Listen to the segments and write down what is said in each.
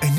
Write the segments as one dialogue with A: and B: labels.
A: En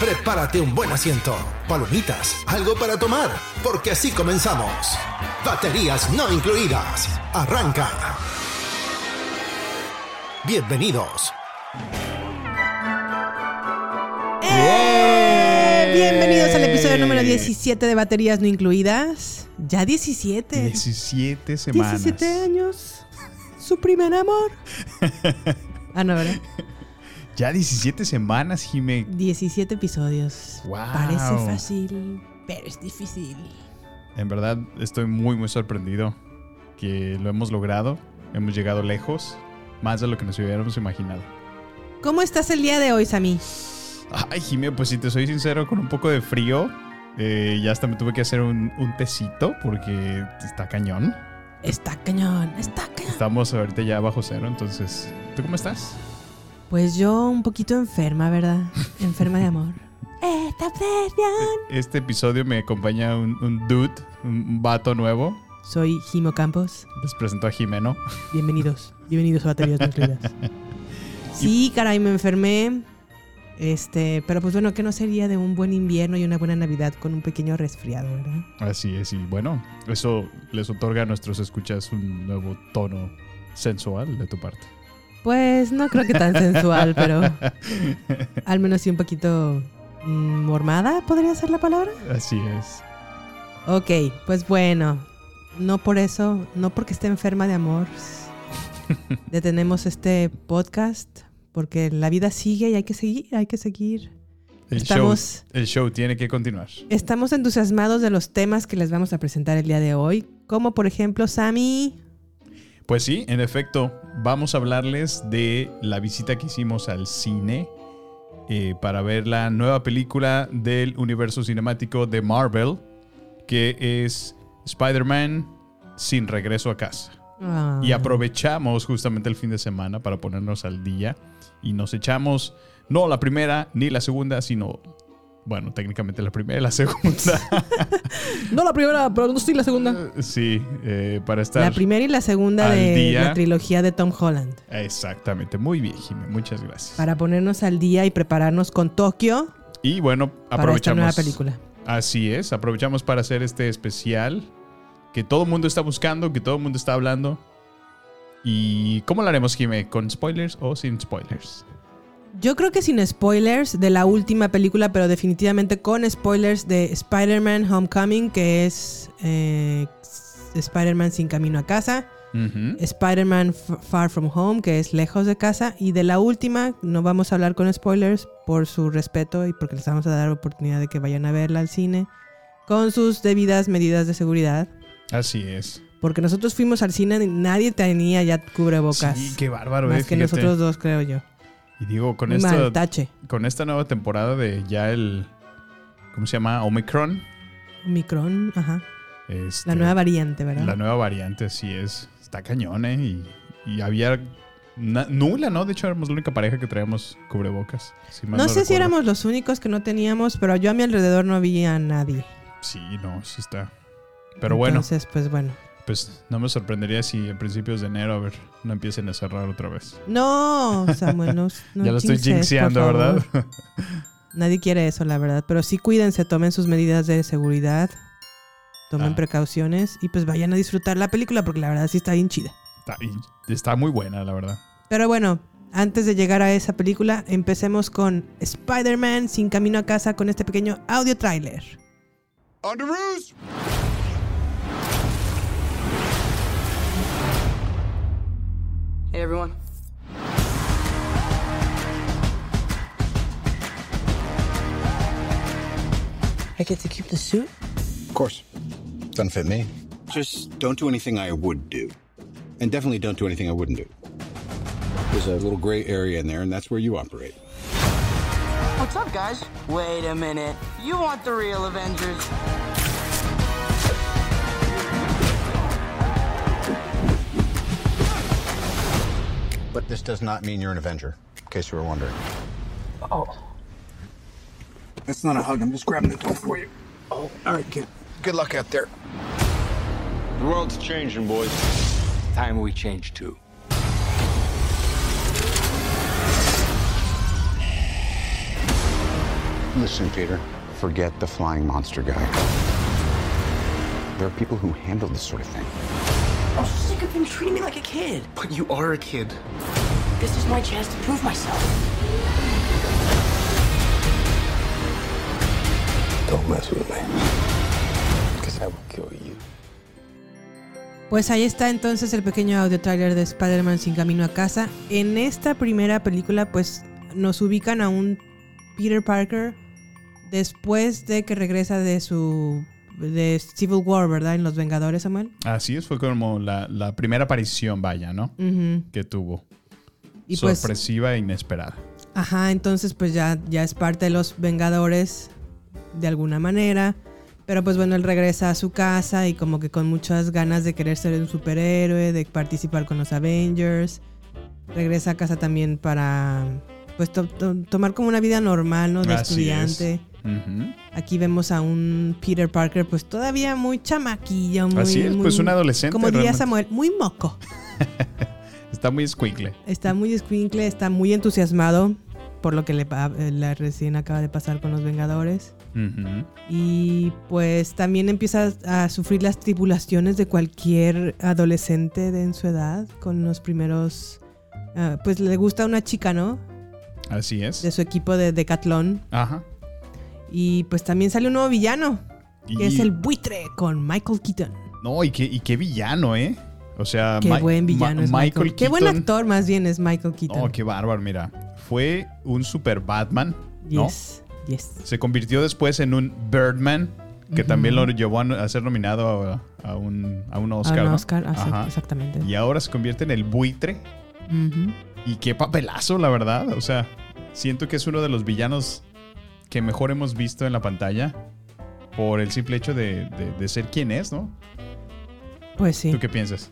A: Prepárate un buen asiento, palomitas, algo para tomar, porque así comenzamos. Baterías no incluidas. Arranca. Bienvenidos.
B: ¡Eh! Bienvenidos al episodio número 17 de Baterías No Incluidas. Ya 17.
C: 17 semanas.
B: 17 años. Su primer amor. Ah, no, ¿verdad?
C: Ya 17 semanas, Jime.
B: 17 episodios.
C: Wow.
B: Parece fácil, pero es difícil.
C: En verdad estoy muy, muy sorprendido que lo hemos logrado. Hemos llegado lejos, más de lo que nos hubiéramos imaginado.
B: ¿Cómo estás el día de hoy, Sammy?
C: Ay, Jime, pues si te soy sincero, con un poco de frío, eh, ya hasta me tuve que hacer un, un tecito porque está cañón.
B: Está cañón, está cañón.
C: Estamos ahorita ya bajo cero, entonces, ¿tú cómo estás?
B: Pues yo un poquito enferma, ¿verdad? Enferma de amor. Esta presión.
C: Este episodio me acompaña un, un dude, un un vato nuevo.
B: Soy Jimo Campos.
C: Les presento a Jimeno.
B: Bienvenidos, bienvenidos a Baterías Nucleares. Sí, caray, me enfermé. Este, pero pues bueno, ¿qué no sería de un buen invierno y una buena Navidad con un pequeño resfriado, verdad?
C: Así es, y bueno, eso les otorga a nuestros escuchas un nuevo tono sensual de tu parte.
B: Pues no creo que tan sensual, pero al menos sí un poquito mm, mormada, podría ser la palabra.
C: Así es.
B: Ok, pues bueno, no por eso, no porque esté enferma de amor, detenemos este podcast, porque la vida sigue y hay que seguir, hay que seguir.
C: El,
B: Estamos-
C: show, el show tiene que continuar.
B: Estamos entusiasmados de los temas que les vamos a presentar el día de hoy, como por ejemplo, Sammy,
C: Pues sí, en efecto, vamos a hablarles de la visita que hicimos al cine eh, para ver la nueva película del universo cinemático de Marvel, que es Spider-Man sin regreso a casa.
B: Ah,
C: Y aprovechamos justamente el fin de semana para ponernos al día y nos echamos no la primera ni la segunda, sino bueno, técnicamente la primera y la segunda.
B: no la primera, pero no estoy la segunda.
C: sí, eh, para estar
B: La primera y la segunda
C: al
B: de
C: día.
B: la trilogía de Tom Holland.
C: Exactamente, muy bien, Jimmy, muchas gracias.
B: Para ponernos al día y prepararnos con Tokio
C: y bueno,
B: para esta
C: aprovechamos
B: nueva película.
C: Así es, aprovechamos para hacer este especial que todo el mundo está buscando, que todo el mundo está hablando. ¿Y cómo lo haremos, Jimmy? ¿Con spoilers o sin spoilers?
B: Yo creo que sin spoilers de la última película, pero definitivamente con spoilers de Spider-Man Homecoming, que es eh, Spider-Man sin camino a casa. Eh,
C: Ujú.
B: Spider-Man F- Far From Home, que es lejos de casa. Y de la última, no vamos a hablar con spoilers por su respeto y porque les vamos a dar oportunidad de que vayan a verla al cine con sus debidas medidas de seguridad.
C: Así es.
B: Porque nosotros fuimos al cine y nadie tenía ya cubrebocas.
C: Sí, qué bárbaro, eh,
B: más que
C: fíjate.
B: nosotros dos, creo yo.
C: Y digo, con
B: Muy mal,
C: esta,
B: tache.
C: con esta nueva temporada de ya el. ¿Cómo se llama? Omicron.
B: Omicron, ajá.
C: este,
B: La nueva variante, ¿verdad?
C: la nueva variante, sí es. Está cañón, ¿eh? Y, y había. na- nula, ¿no? De hecho, éramos la única pareja que traíamos cubrebocas. si mal
B: no sé si
C: recuerdo.
B: éramos los únicos que no teníamos, pero yo a mi alrededor no vi a nadie.
C: Sí, no, sí está. Pero bueno,
B: Entonces, pues bueno.
C: pues no me sorprendería si en principios de enero, a ver, no empiecen a cerrar otra vez.
B: No, Samuel, no. no
C: ya lo estoy
B: jinxes, por
C: jinxeando, ¿verdad?
B: favor. Nadie quiere eso, la verdad. Pero sí cuídense, tomen sus medidas de seguridad, tomen
C: Ah.
B: precauciones y pues vayan a disfrutar la película porque la verdad sí está bien chida.
C: está, y está muy buena, la verdad.
B: Pero bueno, antes de llegar a esa película, empecemos con Spider-Man sin camino a casa con este pequeño audio tráiler.
D: On the roof.
E: Hey, everyone. I get to keep the suit?
F: Of course. Doesn't fit me. Just don't do anything I would do. And definitely don't do anything I wouldn't do. There's a little gray area in there, and that's where you operate.
E: What's up, guys? Wait a minute. You want the real Avengers?
F: But this does not mean you're an Avenger, in case you were wondering.
E: Oh.
G: That's not a hug. I'm just grabbing the door for you. Oh, all right, kid. Good luck out there.
H: The world's changing, boys. Time we change too.
F: Listen, Peter, forget the flying monster guy. There are people who handle this sort of thing.
E: I'm sick of him treating me like a kid.
H: But you are a kid.
E: This is my chance to prove myself.
H: Don't mess with me. Because I will kill you.
B: Pues ahí está entonces el pequeño audio trailer de Spider-Man sin camino a casa. En esta primera película pues nos ubican a un Peter Parker después de que regresa de su de Civil War, ¿verdad? En Los Vengadores, Samuel.
C: Así es, fue como la, la primera aparición, vaya, ¿no?
B: Ujú.
C: Que tuvo.
B: Y pues
C: Sorpresiva e inesperada.
B: Ajá, entonces pues ya, ya es parte de los Vengadores de alguna manera. Pero pues bueno, él regresa a su casa y como que con muchas ganas de querer ser un superhéroe, de participar con los Avengers. Regresa a casa también para pues to- to- tomar como una vida normal, ¿no? De
C: Así es.
B: estudiante.
C: Ujú.
B: Aquí vemos a un Peter Parker pues todavía muy chamaquillo, muy...
C: Así es,
B: muy-
C: pues un adolescente
B: Como diría
C: realmente.
B: Samuel, muy moco.
C: Está muy escuincle.
B: Está muy escuincle, está muy entusiasmado por lo que le, pa- eh, la recién acaba de pasar con los Vengadores.
C: Ujú.
B: Y pues también empieza a sufrir las tribulaciones de cualquier adolescente de en su edad con los primeros... ah, pues le gusta una chica, ¿no?
C: Así es.
B: De su equipo de Decathlon.
C: Ajá.
B: Y pues también sale un nuevo villano,
C: Y,
B: que es el buitre con Michael Keaton.
C: No, y qué, y qué villano, ¿eh? O sea,
B: Qué
C: Mi-
B: buen villano
C: Ma-
B: es Michael,
C: Michael Keaton.
B: Qué buen actor más bien es Michael Keaton.
C: No, qué bárbaro, mira. Fue un super Batman, ¿no?
B: Yes, yes.
C: Se convirtió después en un Birdman, que también lo llevó a, no- a ser nominado a, a un, a un Oscar.
B: Ah, no,
C: ¿no?
B: Oscar, ah, sí,
C: Ajá.
B: exactamente.
C: Y ahora se convierte en el buitre.
B: Ujú.
C: Y qué papelazo, la verdad. O sea, siento que es uno de los villanos que mejor hemos visto en la pantalla por el simple hecho de, de- de ser quien es, ¿no?
B: Pues sí.
C: ¿Tú qué piensas?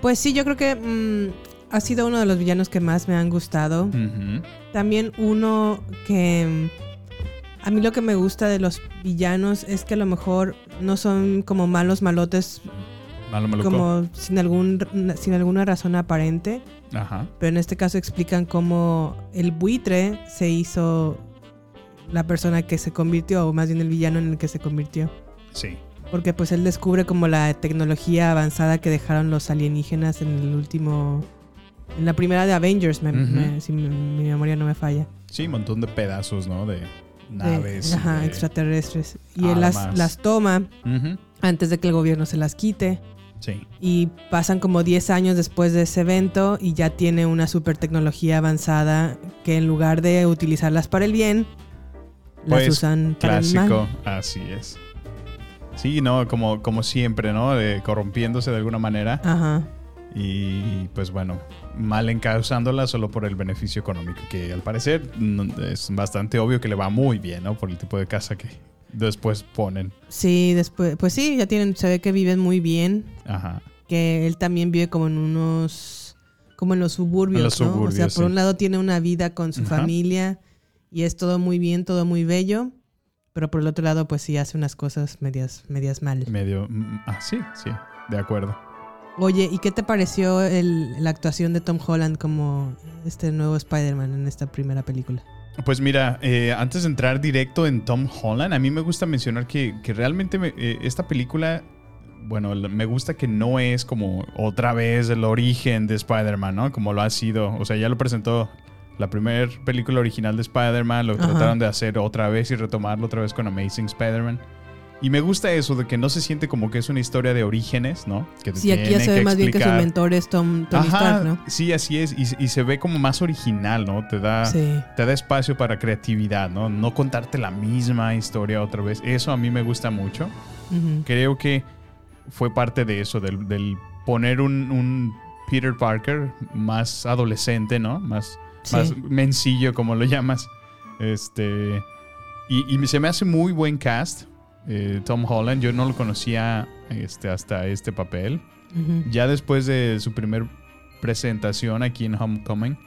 B: Pues sí, yo creo que mm, ha sido uno de los villanos que más me han gustado.
C: Mm. Ujú.
B: También uno que mm, a mí lo que me gusta de los villanos es que a lo mejor no son como malos malotes,
C: Malo maluco.
B: como sin, algún, sin alguna razón aparente,
C: Ajá.
B: pero en este caso explican cómo el buitre se hizo la persona que se convirtió, o más bien el villano en el que se convirtió.
C: Sí.
B: Porque pues él descubre como la tecnología avanzada que dejaron los alienígenas en el último... En la primera de Avengers, me-
C: Ujú.
B: me- si mi, mi memoria no me falla.
C: Sí, un montón de pedazos, ¿no? De
B: De-
C: naves.
B: ajá,
C: de-
B: extraterrestres. Y él las,
C: armas.
B: las toma
C: Ujú.
B: antes de que el gobierno se las quite.
C: Sí.
B: Y pasan como 10 años después de ese evento y ya tiene una super tecnología avanzada que en lugar de utilizarlas para el bien, las
C: Pues,
B: usan para el mal.
C: Clásico, así es. Sí, no, como, como siempre, ¿no? De- corrompiéndose de alguna manera.
B: Ajá.
C: Y pues bueno, mal encauzándola solo por el beneficio económico, que al parecer no- es bastante obvio que le va muy bien, ¿no? Por el tipo de casa que después ponen.
B: Sí, después, pues sí, ya tienen, se ve que viven muy bien.
C: Ajá.
B: que él también vive como en unos como en los suburbios,
C: En los
B: ¿no? o sea,
C: suburbios,
B: por
C: sí.
B: un lado tiene una vida con su
C: Ajá.
B: familia y es todo muy bien, todo muy bello, pero por el otro lado pues sí hace unas cosas medias medias mal.
C: Medio... mm, Ah, sí, sí, de acuerdo.
B: Oye, ¿y qué te pareció el- la actuación de Tom Holland como este nuevo Spider-Man en esta primera película?
C: Pues mira, eh, antes de entrar directo en Tom Holland, a mí me gusta mencionar que, que realmente me- eh, esta película, bueno, la- me gusta que no es como otra vez el origen de Spider-Man, ¿no? Como lo ha sido, o sea, ya lo presentó la primera película original de Spider-Man, lo
B: Ajá.
C: trataron de hacer otra vez y retomarlo otra vez con Amazing Spider-Man. Y me gusta eso de que no se siente como que es una historia de orígenes, ¿no? Que te
B: Sí, aquí ya
C: tienen
B: se ve más bien que su
C: explicar.
B: mentor es Tom, Tony
C: Ajá,
B: Stark, ¿no?
C: Sí, así es. Y, y se ve como más original, ¿no? Te da,
B: Sí.
C: te da espacio para creatividad, ¿no? No contarte la misma historia otra vez. Eso a mí me gusta mucho.
B: Ujú.
C: Creo que fue parte de eso, del, del poner un, un Peter Parker más adolescente, ¿no? Más,
B: Sí.
C: más mencillo, como lo llamas. Este. Y, y se me hace muy buen cast. eh, Tom Holland, yo no lo conocía este, hasta este papel.
B: Ujú.
C: Ya después de su primer presentación aquí en Homecoming,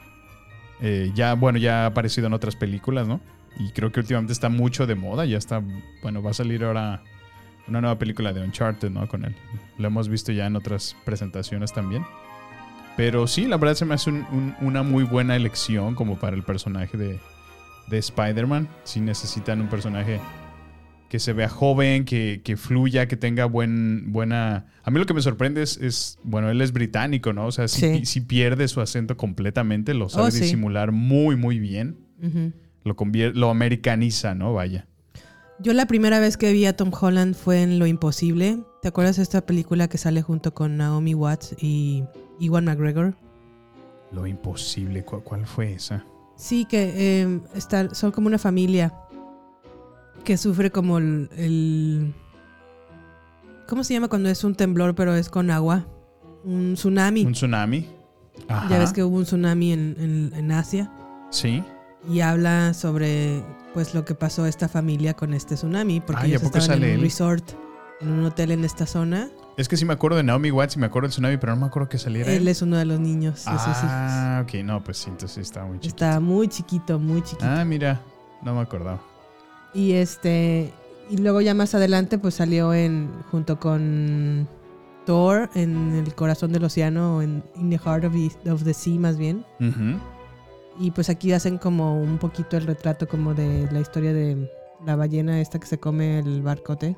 C: eh, ya, bueno, ya ha aparecido en otras películas, ¿no? Y creo que últimamente está mucho de moda, ya está, bueno, va a salir ahora una nueva película de Uncharted, ¿no? Con él. Lo hemos visto ya en otras presentaciones también. Pero sí, la verdad se me hace un- un- una muy buena elección como para el personaje de, de Spider-Man. Si necesitan un personaje que se vea joven, que, que fluya, que tenga buen, buena... A mí lo que me sorprende es, es bueno, él es británico, ¿no? O sea, si,
B: Sí.
C: si pierde su acento completamente, lo sabe
B: Oh, sí.
C: disimular muy, muy bien.
B: Ujú.
C: Lo, convier- lo americaniza, ¿no? Vaya.
B: Yo la primera vez que vi a Tom Holland fue en Lo Imposible. ¿Te acuerdas de esta película que sale junto con Naomi Watts y Iwan McGregor?
C: Lo imposible, ¿cu- ¿cuál fue esa?
B: Sí, que eh, está- son como una familia que sufre como el, el- ¿Cómo se llama cuando es un temblor pero es con agua? Un tsunami.
C: ¿Un tsunami? Ajá.
B: Ya ves que hubo un tsunami en, en- en Asia
C: Sí.
B: y habla sobre pues lo que pasó a esta familia con este tsunami porque
C: Ay, ¿a
B: ellos
C: poco
B: estaban
C: sale
B: en un
C: él?
B: resort, en un hotel en esta zona.
C: Es que sí me acuerdo de Naomi Watts y me acuerdo del tsunami, pero no me acuerdo que saliera
B: Él es uno de los niños, de sus hijos.
C: Ah, ok, no, pues sí, entonces sí estaba muy chiquito.
B: Está muy chiquito, muy chiquito.
C: Ah, mira, no me acordaba.
B: Y este. Y luego ya más adelante, pues salió en. junto con Thor en El Corazón del Océano, o en In the Heart of the, of the Sea, más bien.
C: Ujú.
B: Y pues aquí hacen como un poquito el retrato como de la historia de la ballena esta que se come el barcote.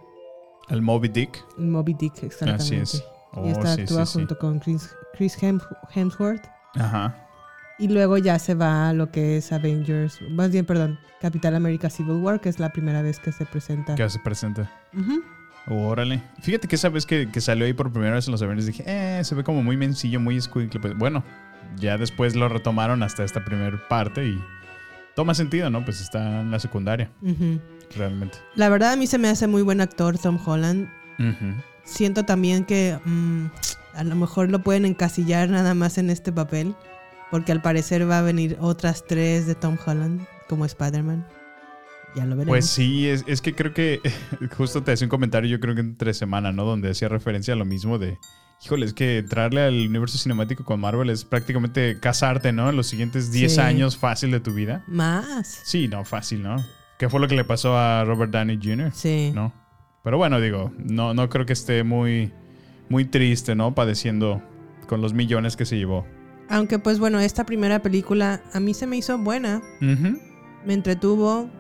C: El Moby Dick.
B: Moby Dick, exactamente.
C: Así es. Oh,
B: y esta
C: sí, sí,
B: actúa
C: sí.
B: junto con Chris, Chris Hem- Hemsworth.
C: Ajá.
B: Y luego ya se va a lo que es Avengers, más bien, perdón, Capital América Civil War, que es la primera vez que se presenta.
C: Que se presenta.
B: Ujú.
C: Órale. Fíjate que esa vez que, que salió ahí por primera vez en los Avengers dije, eh, se ve como muy mencillo, muy escuincle. Pues, bueno, ya después lo retomaron hasta esta primera parte y toma sentido, ¿no? Pues está en la secundaria,
B: Ujú.
C: realmente.
B: La verdad a mí se me hace muy buen actor Tom Holland.
C: Ujú.
B: Siento también que mm, a lo mejor lo pueden encasillar nada más en este papel, porque al parecer va a venir otras tres de Tom Holland como Spider-Man. Ya lo veremos.
C: Pues sí, es, es que creo que justo te hacía un comentario, yo creo que entre semana, ¿no? Donde hacía referencia a lo mismo de, híjole, es que entrarle al universo cinemático con Marvel es prácticamente casarte, ¿no? En los siguientes 10
B: Sí.
C: años fácil de tu vida.
B: Más.
C: Sí, no, fácil, ¿no? ¿Qué fue lo que le pasó a Robert Downey Jr.?
B: Sí.
C: ¿No? Pero bueno, digo, no, no creo que esté muy, muy triste, ¿no? Padeciendo con los millones que se llevó.
B: Aunque pues bueno, esta primera película a mí se me hizo buena.
C: Ujú.
B: Me entretuvo.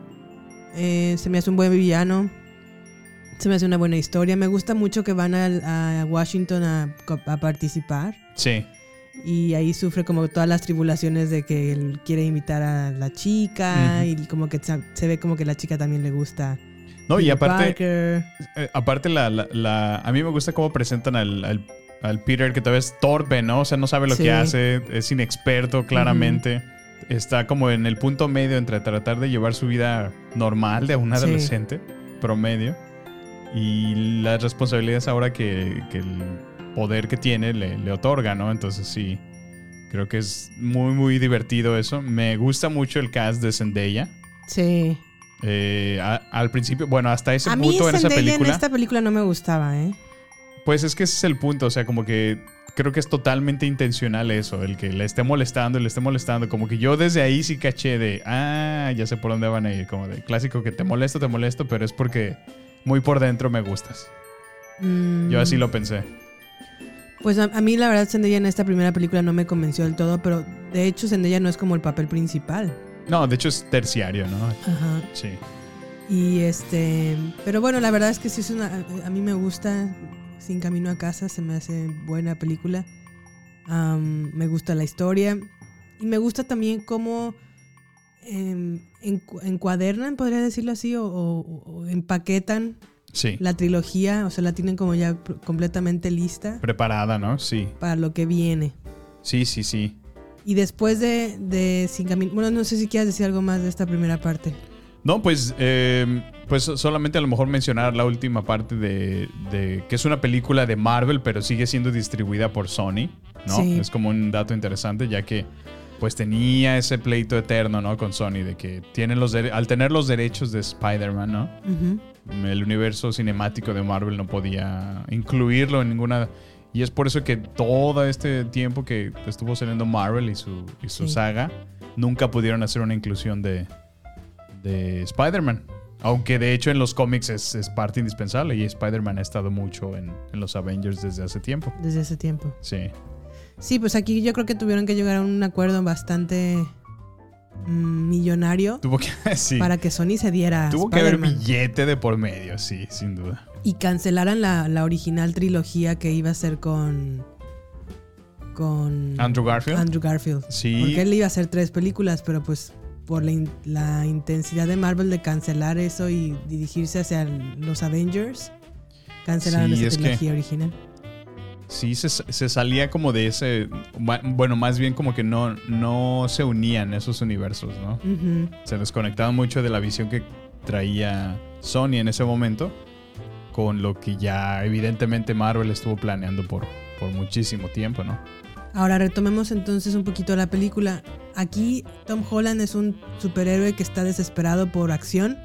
B: eh, se me hace un buen villano. Se me hace una buena historia. Me gusta mucho que van al- a, Washington a co- a participar.
C: Sí.
B: Y ahí sufre como todas las tribulaciones de que él quiere imitar a la chica y como que sa- se ve como que la chica también le gusta.
C: No, y
B: Peter
C: aparte,
B: Parker.
C: Eh, aparte, la, la- la- a mí me gusta cómo presentan al, al- al Peter, que todavía es torpe, ¿no? O sea, no sabe lo
B: Sí.
C: que hace, es inexperto, claramente. Está como en el punto medio entre tratar de llevar su vida normal de un
B: Sí.
C: adolescente promedio y las responsabilidades ahora que, que el poder que tiene le, le otorga, ¿no? Entonces sí, creo que es muy, muy divertido eso. Me gusta mucho el cast de Zendaya.
B: Sí.
C: Eh, a- al principio, bueno, hasta ese
B: A mí
C: punto en esa
B: Zendaya en este
C: película.
B: esta película no me gustaba, ¿eh?
C: Pues es que ese es el punto, o sea, como que creo que es totalmente intencional eso, el que le esté molestando, le esté molestando, como que yo desde ahí sí caché de, ah, ya sé por dónde van a ir, como de clásico que te molesto, te molesto, pero es porque muy por dentro me gustas.
B: Mm,
C: Yo así lo pensé.
B: Pues a, a mí la verdad Zendaya en esta primera película no me convenció del todo, pero de hecho Zendaya no es como el papel principal.
C: No, de hecho es terciario, ¿no?
B: Ajá.
C: Sí.
B: Y este, pero bueno, la verdad es que sí es una, a mí me gusta Sin Camino a Casa, se me hace buena película. Am, me gusta la historia y me gusta también cómo em, encu- encuadernan, podría decirlo así, o, o- o empaquetan
C: Sí.
B: la trilogía, o sea, la tienen como ya pr- completamente lista
C: Preparada, ¿no? Sí.
B: para lo que viene.
C: Sí, sí, sí.
B: Y después de, de Sin Camino, bueno, no sé si quieres decir algo más de esta primera parte.
C: No, pues, eh, pues solamente a lo mejor mencionar la última parte de, de que es una película de Marvel, pero sigue siendo distribuida por Sony, ¿no?
B: Sí.
C: Es como un dato interesante, ya que pues tenía ese pleito eterno, ¿no? Con Sony, de que tienen los dere- al tener los derechos de Spider-Man, ¿no?
B: Ujú.
C: el universo cinemático de Marvel no podía incluirlo en ninguna. Y es por eso que todo este tiempo que estuvo saliendo Marvel y su, y su
B: Sí.
C: saga, nunca pudieron hacer una inclusión de, de Spider-Man. Aunque de hecho en los cómics es, es parte indispensable y Spider-Man ha estado mucho en, en los Avengers desde hace tiempo.
B: Desde ese tiempo.
C: Sí.
B: Sí, pues aquí yo creo que tuvieron que llegar a un acuerdo bastante mm, millonario
C: Tuvo que, sí.
B: para que Sony se diera a
C: Tuvo que haber
B: Spider-Man
C: billete de por medio, sí, sin duda.
B: y cancelaran la, la original trilogía que iba a ser con con
C: Andrew Garfield.
B: Andrew Garfield.
C: Sí.
B: Porque él iba a hacer tres películas, pero pues por la, in- la intensidad de Marvel de cancelar eso y dirigirse hacia el- los Avengers, cancelaron
C: Sí,
B: esa
C: es que-
B: trilogía original.
C: Sí, se, se salía como de ese. ma- Bueno, más bien como que no, no se unían esos universos, ¿no?
B: Ujú.
C: Se desconectaban mucho de la visión que traía Sony en ese momento con lo que ya evidentemente Marvel estuvo planeando por, por muchísimo tiempo, ¿no?
B: Ahora retomemos entonces un poquito la película. Aquí Tom Holland es un superhéroe que está desesperado por acción,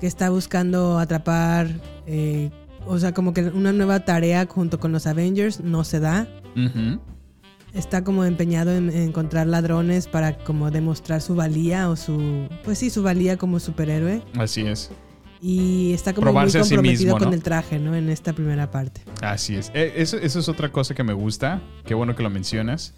B: que está buscando atrapar, eh, o sea, como que una nueva tarea junto con los Avengers no se da. Está como empeñado en, en encontrar ladrones para como demostrar su valía o su, pues sí, su valía como superhéroe.
C: Así es,
B: Y está como
C: Probarse a
B: muy
C: sí
B: comprometido
C: mismo,
B: con
C: ¿no?
B: el traje, ¿no? En esta primera parte.
C: así es. E- Eso, eso es otra cosa que me gusta, qué bueno que lo mencionas.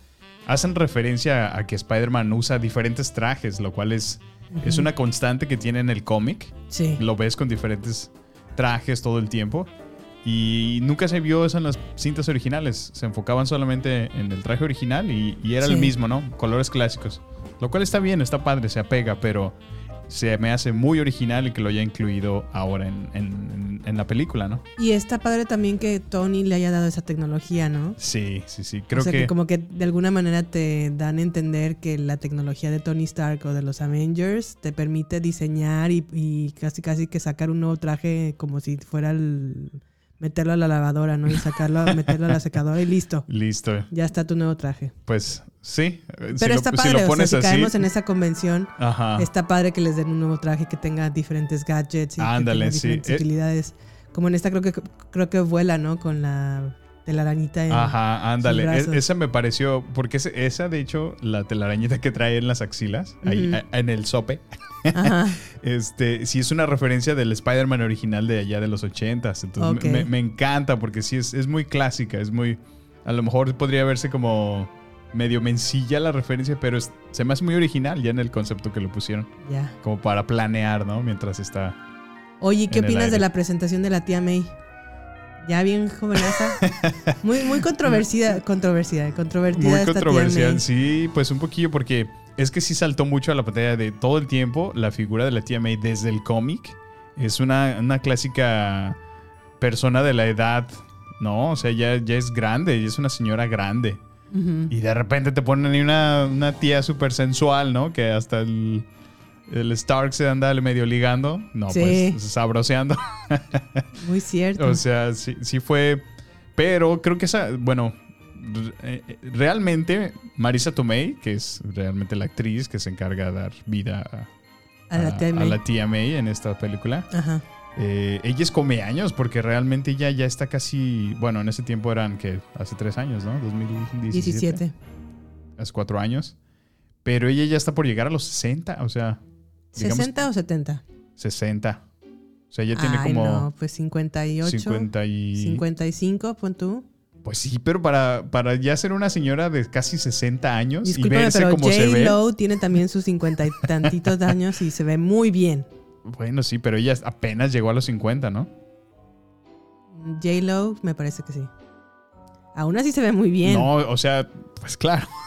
C: Hacen referencia a que Spider-Man usa diferentes trajes, lo cual es, es una constante que tiene en el cómic.
B: Sí.
C: lo ves con diferentes trajes todo el tiempo. Y nunca se vio eso en las cintas originales. Se enfocaban solamente en el traje original y, y era
B: Sí.
C: el mismo, ¿no? Colores clásicos. Lo cual está bien, está padre, se apega, pero se me hace muy original y que lo haya incluido ahora en, en- en- en la película, ¿no?
B: Y está padre también que Tony le haya dado esa tecnología, ¿no?
C: Sí, sí, sí. Creo
B: o sea, que...
C: que,
B: como que de alguna manera te dan a entender que la tecnología de Tony Stark o de los Avengers te permite diseñar y, y casi casi que sacar un nuevo traje como si fuera el meterlo a la lavadora, ¿no? Y sacarlo, meterlo a la secadora y listo.
C: Listo.
B: Ya está tu nuevo traje.
C: Pues sí. eh, si
B: Pero está
C: lo, si
B: padre,
C: lo
B: o sea,
C: pones
B: si
C: así. Ah.
B: caemos en esa convención,
C: Ajá.
B: está padre que les den un nuevo traje que tenga diferentes gadgets y que
C: Ándale,
B: tenga
C: sí.
B: diferentes
C: Eh.
B: utilidades. Como en esta creo que creo que vuela, ¿no? Con la telarañita en
C: Ajá, ándale.
B: sus
C: E-
B: brazos.
C: esa me pareció, porque ese- esa de hecho, la telarañita que trae en las axilas, ahí,
B: Ujú.
C: a- en el sope,
B: Ajá.
C: este, sí es una referencia del Spider-Man original de allá de los 80s. Entonces me-
B: Ok.
C: me, me encanta porque sí es, es muy clásica, es muy, a lo mejor podría verse como medio mencilla la referencia, pero es- se me hace muy original ya en el concepto que lo pusieron,
B: Ya.
C: como para planear, ¿no? Mientras está...
B: Oye, ¿qué
C: en el
B: opinas de
C: aire.
B: la presentación de la tía May? Ya bien jovenaza. Muy, muy controversia, controversia, controvertida.
C: Muy
B: esta tía May.
C: controversial, sí, pues un poquillo porque es que sí saltó mucho a la pantalla de todo el tiempo la figura de la tía May desde el cómic. Es una, una clásica persona de la edad, ¿no? O sea, ya, ya es grande, ya es una señora grande.
B: Ujú.
C: Y de repente te ponen ahí una, una tía súper sensual, ¿no? Que hasta el, el Stark se anda medio ligando. No,
B: Sí.
C: pues sabroseando.
B: Muy cierto.
C: O sea, sí, sí fue. Pero creo que esa. Bueno, re- eh, realmente Marisa Tomei, que es realmente la actriz que se encarga de dar vida a,
B: a la tía
C: a
B: May.
C: la tía May en esta película,
B: Ajá.
C: eh, ella es comeaños porque realmente ella ya está casi. Bueno, en ese tiempo eran que hace tres años, ¿no? 2017.
B: 17.
C: Hace cuatro años. Pero ella ya está por llegar a los 60, o sea, digamos-
B: ¿60 o 70?
C: 60. O sea, ella tiene
B: Ay,
C: como
B: no, pues 58.
C: 50 y...
B: 55, pon tú.
C: Pues sí, pero para, para ya ser una señora de casi 60 años y
B: Discúlpame,
C: verse
B: pero
C: como se ve.
B: J-Lo tiene también sus 50 y tantitos años y se ve muy bien.
C: Bueno, sí, pero ella apenas llegó a los 50, ¿no?
B: J-Lo, me parece que sí. Aún así se ve muy bien.
C: No, o sea, pues claro.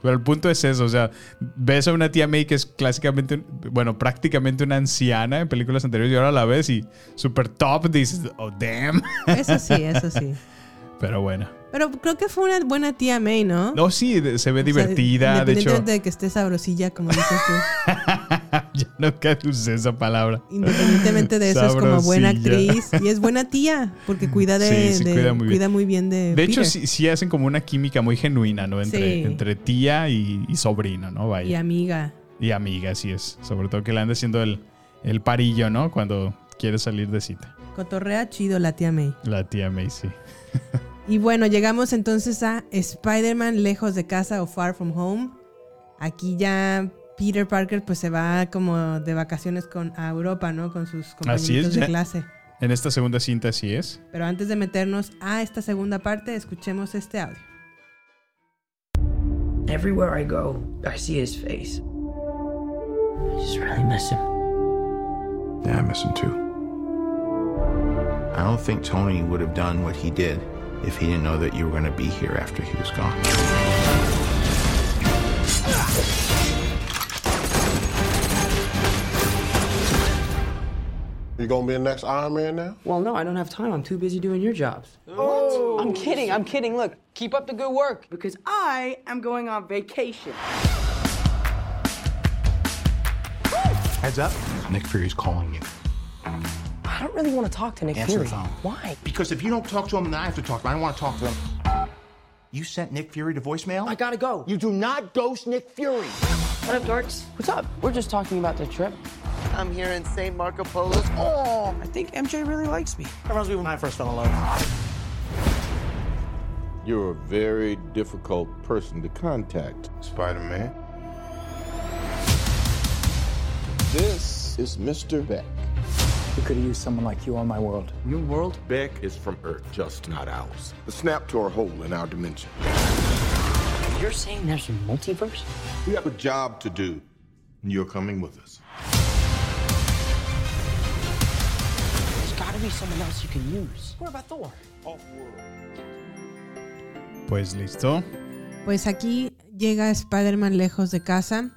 C: Pero el punto es eso, o sea, ves a una tía May que es clásicamente, un- bueno, prácticamente una anciana en películas anteriores y ahora la ves y super top, dices, oh damn.
B: Eso sí, eso sí.
C: Pero bueno.
B: Pero creo que fue una buena tía May, ¿no?
C: No, sí, de- se ve divertida, de
B: Independientemente
C: hecho,
B: de que esté sabrosilla, como dices tú.
C: ya nunca usé esa palabra.
B: Independientemente de eso, es como buena
C: Sabrosilla.
B: actriz. Y es buena tía, porque cuida de.
C: Sí, sí,
B: de-
C: cuida muy bien.
B: de.
C: De hecho,
B: Peter.
C: sí, sí hacen como una química muy genuina, ¿no? Entre,
B: Eh, Sí.
C: entre tía y, y sobrino, ¿no? Vaya.
B: Y amiga.
C: Y amiga, así es. Sobre todo que le anda haciendo el, el parillo, ¿no? Cuando quiere salir de cita.
B: Cotorrea chido la tía May.
C: La tía Macy.
B: Y bueno, llegamos entonces a Spider-Man lejos de casa o Far From Home. Aquí ya Peter Parker pues se va como de vacaciones con, a Europa, ¿no? Con sus
C: Así es.
B: compañeros de
C: ya-
B: clase.
C: En esta segunda cinta así es.
B: Pero antes de meternos a esta segunda parte, escuchemos este audio.
I: Everywhere I go, I see his face. I just really miss him.
J: Yeah, I miss him too. I don't think Tony would have done what he did if he didn't know that you were going to be here after he was gone.
K: You gonna be the next Iron Man now?
I: Well, no, I don't have time. I'm too busy doing your jobs.
E: Oh. I'm kidding. I'm kidding. Look, keep up the good work because I am going on vacation.
J: Heads up, Nick Fury's calling you.
I: I don't really want to talk to Nick
J: Answer
I: Fury.
J: the phone.
I: Why?
J: Because if you don't talk to him, then I have to talk to him. I don't want to talk to him. You sent Nick Fury to voicemail? I gotta go. You do not ghost Nick Fury.
I: What up, dorks? What's up? We're just talking about the trip.
L: I'm here in St. Marco Polo's. Oh, I think MJ really likes me. That reminds me when I first fell in love.
K: You're a very difficult person to contact, Spider Man. This is Mr. Beck.
H: We could have used someone like you on my world.
K: New world? Beck is from Earth, just not ours. The snap tore a hole in our dimension.
I: You're saying there's a multiverse?
K: We have a job to do, and you're coming with us.
I: There's got to be someone else you can use. What about Thor? Off-world.
C: Pues listo.
B: Pues aquí llega Spider-Man lejos de casa.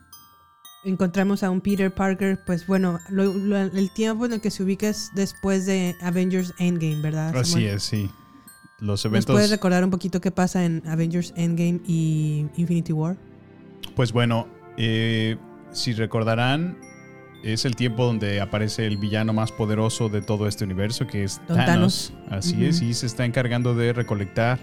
B: Encontramos a un Peter Parker, pues bueno, lo- lo- el tiempo en el que se ubica es después de Avengers Endgame, ¿verdad?
C: Así
B: Samuel?
C: es, sí. Los
B: ¿Nos puedes
C: eventos.
B: recordar un poquito qué pasa en Avengers Endgame y Infinity War?
C: Pues bueno, eh, si recordarán, es el tiempo donde aparece el villano más poderoso de todo este universo, que es
B: Don
C: Thanos.
B: Thanos.
C: Así
B: Ujú.
C: es, y se está encargando de recolectar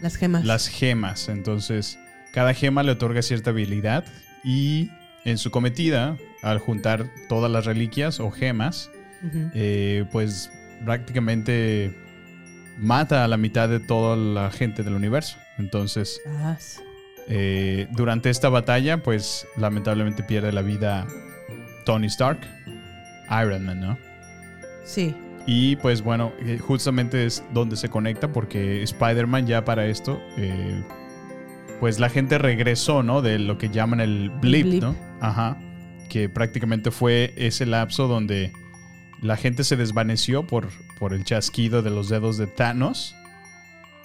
B: Las gemas.
C: las gemas. Entonces, cada gema le otorga cierta habilidad y en su cometida, al juntar todas las reliquias o gemas,
B: Ujú.
C: eh, pues prácticamente mata a la mitad de toda la gente del universo. Entonces, eh, durante esta batalla, pues lamentablemente pierde la vida Tony Stark, Iron Man, ¿no?
B: Sí.
C: Y pues bueno, eh, justamente es donde se conecta porque Spider-Man ya para esto, eh, pues la gente regresó, ¿no? De lo que llaman el blip,
B: Blip.
C: ¿no? Ajá. Que prácticamente fue ese lapso donde la gente se desvaneció por, por el chasquido de los dedos de Thanos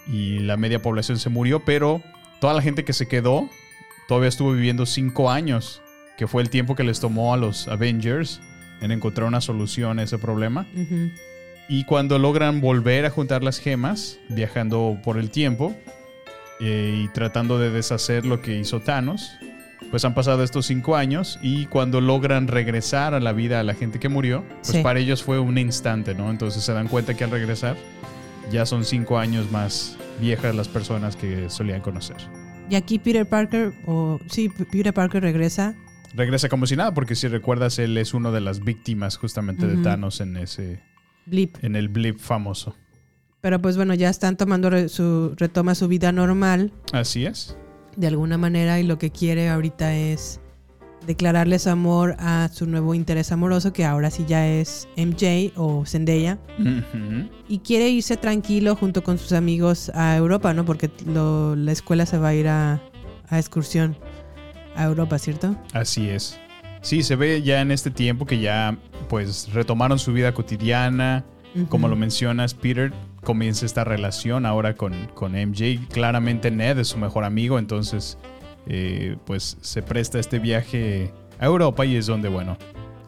C: y la media población se murió, pero toda la gente que se quedó todavía estuvo viviendo cinco años, que fue el tiempo que les tomó a los Avengers en encontrar una solución a ese problema.
B: Ujú.
C: Y cuando logran volver a juntar las gemas, viajando por el tiempo eh, y tratando de deshacer lo que hizo Thanos, pues han pasado estos cinco años y cuando logran regresar a la vida a la gente que murió, pues
B: Sí.
C: para ellos fue un instante, ¿no? Entonces se dan cuenta que al regresar ya son cinco años más viejas las personas que solían conocer.
B: Y aquí Peter Parker, o sí, P- Peter Parker regresa.
C: Regresa como si nada, porque si recuerdas, él es una de las víctimas justamente de
B: Ujú.
C: Thanos en ese...
B: Blip.
C: En el blip famoso.
B: Pero pues bueno, ya están tomando re- su. retoma su vida normal
C: Así es.
B: de alguna manera y lo que quiere ahorita es declararle su amor a su nuevo interés amoroso, que ahora sí ya es MJ o Zendaya.
C: Ujú.
B: Y quiere irse tranquilo junto con sus amigos a Europa, ¿no? Porque lo- la escuela se va a ir a, a excursión a Europa, ¿cierto?
C: Así es. Sí, se ve ya en este tiempo que ya pues retomaron su vida cotidiana.
B: Ujú.
C: Como lo mencionas, Peter comienza esta relación ahora con, con MJ. Claramente Ned es su mejor amigo, entonces eh, pues se presta este viaje a Europa y es donde, bueno,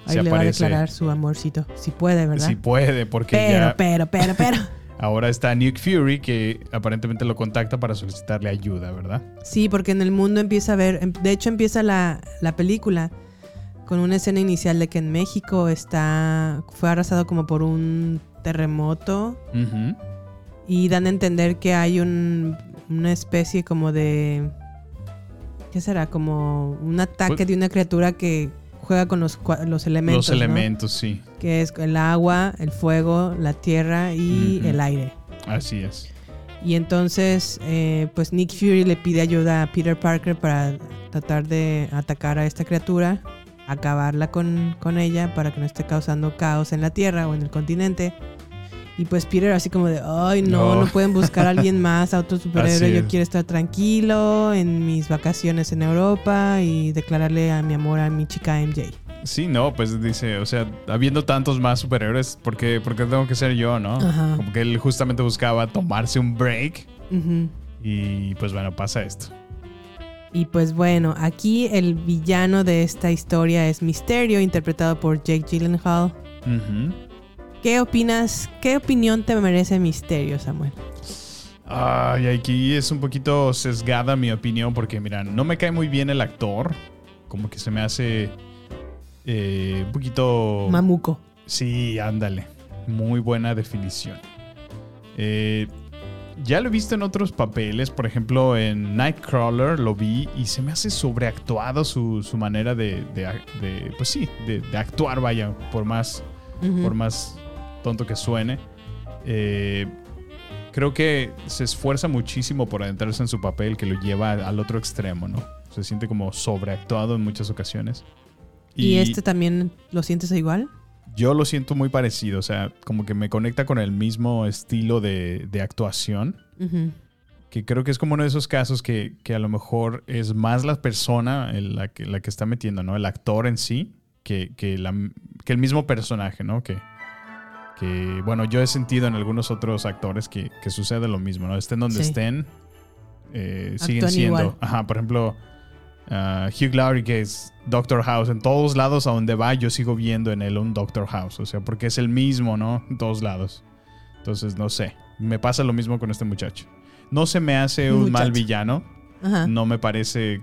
B: Ahí le va a declarar su amorcito. Si puede, ¿verdad?
C: Si puede, porque
B: pero,
C: ya
B: pero, pero, pero.
C: ahora está Nick Fury que aparentemente lo contacta para solicitarle ayuda, ¿verdad?
B: Sí, porque en el mundo empieza a ver. em- De hecho, empieza la, la película con una escena inicial de que en México está. fue arrasado como por un terremoto.
C: Ujú.
B: Y dan a entender que hay un- una especie como de. ¿Qué será? Como un ataque
C: Pues-
B: de una criatura que juega con los, cua- los elementos.
C: Los
B: ¿no?
C: elementos, sí.
B: Que es el agua, el fuego, la tierra y
C: Ujú.
B: el aire.
C: Así es.
B: Y entonces, eh, pues Nick Fury le pide ayuda a Peter Parker para tratar de atacar a esta criatura, acabarla con, con ella para que no esté causando caos en la Tierra o en el continente. Y pues Peter así como de, ay no, no,
C: No.
B: pueden buscar a alguien más, a otro superhéroe,
C: Así
B: yo
C: es.
B: quiero estar tranquilo en mis vacaciones en Europa y declararle a mi amor a mi chica MJ.
C: Sí, no, pues dice, o sea, habiendo tantos más superhéroes, ¿por qué, por qué tengo que ser yo, no?
B: Ajá.
C: Como que él justamente buscaba tomarse un break
B: Ujú.
C: y pues bueno, pasa esto.
B: Y pues bueno, aquí el villano de esta historia es Misterio, interpretado por Jake Gyllenhaal.
C: Ujú.
B: ¿Qué opinas? ¿Qué opinión te merece Misterio, Samuel?
C: Ay, aquí es un poquito sesgada mi opinión porque, mira, no me cae muy bien el actor. Como que se me hace eh, un poquito...
B: Mamuco.
C: Sí, ándale. Muy buena definición. Eh, ya lo he visto en otros papeles, por ejemplo en Nightcrawler lo vi y se me hace sobreactuado su, su manera de, de ac- de- pues sí, de, de actuar, vaya, por más,
M: Ujú.
C: por más tonto que suene. Eh, creo que se esfuerza muchísimo por adentrarse en su papel que lo lleva al otro extremo, ¿no? Se siente como sobreactuado en muchas ocasiones.
B: ¿Y, este también lo sientes igual?
C: Yo lo siento muy parecido, o sea, como que me conecta con el mismo estilo de, de actuación,
B: Ujú.
C: que creo que es como uno de esos casos que, que a lo mejor es más la persona en la, que, la que está metiendo, ¿no? El actor en sí, que, que, la, que el mismo personaje, ¿no? Que, que, bueno, yo he sentido en algunos otros actores que, que sucede lo mismo, ¿no? Estén donde
M: Sí.
C: estén, eh,
M: Actúan
C: siguen siendo.
M: igual.
C: Ajá, por ejemplo, ah, Hugh Laurie, que es Doctor House, en todos lados a donde va, yo sigo viendo en él un Doctor House, o sea, porque es el mismo, ¿no? En todos lados. Entonces, no sé, me pasa lo mismo con este muchacho. No se me hace un mal
M: Muchacho.
C: villano,
B: Ah.
M: Ajá.
C: no me parece,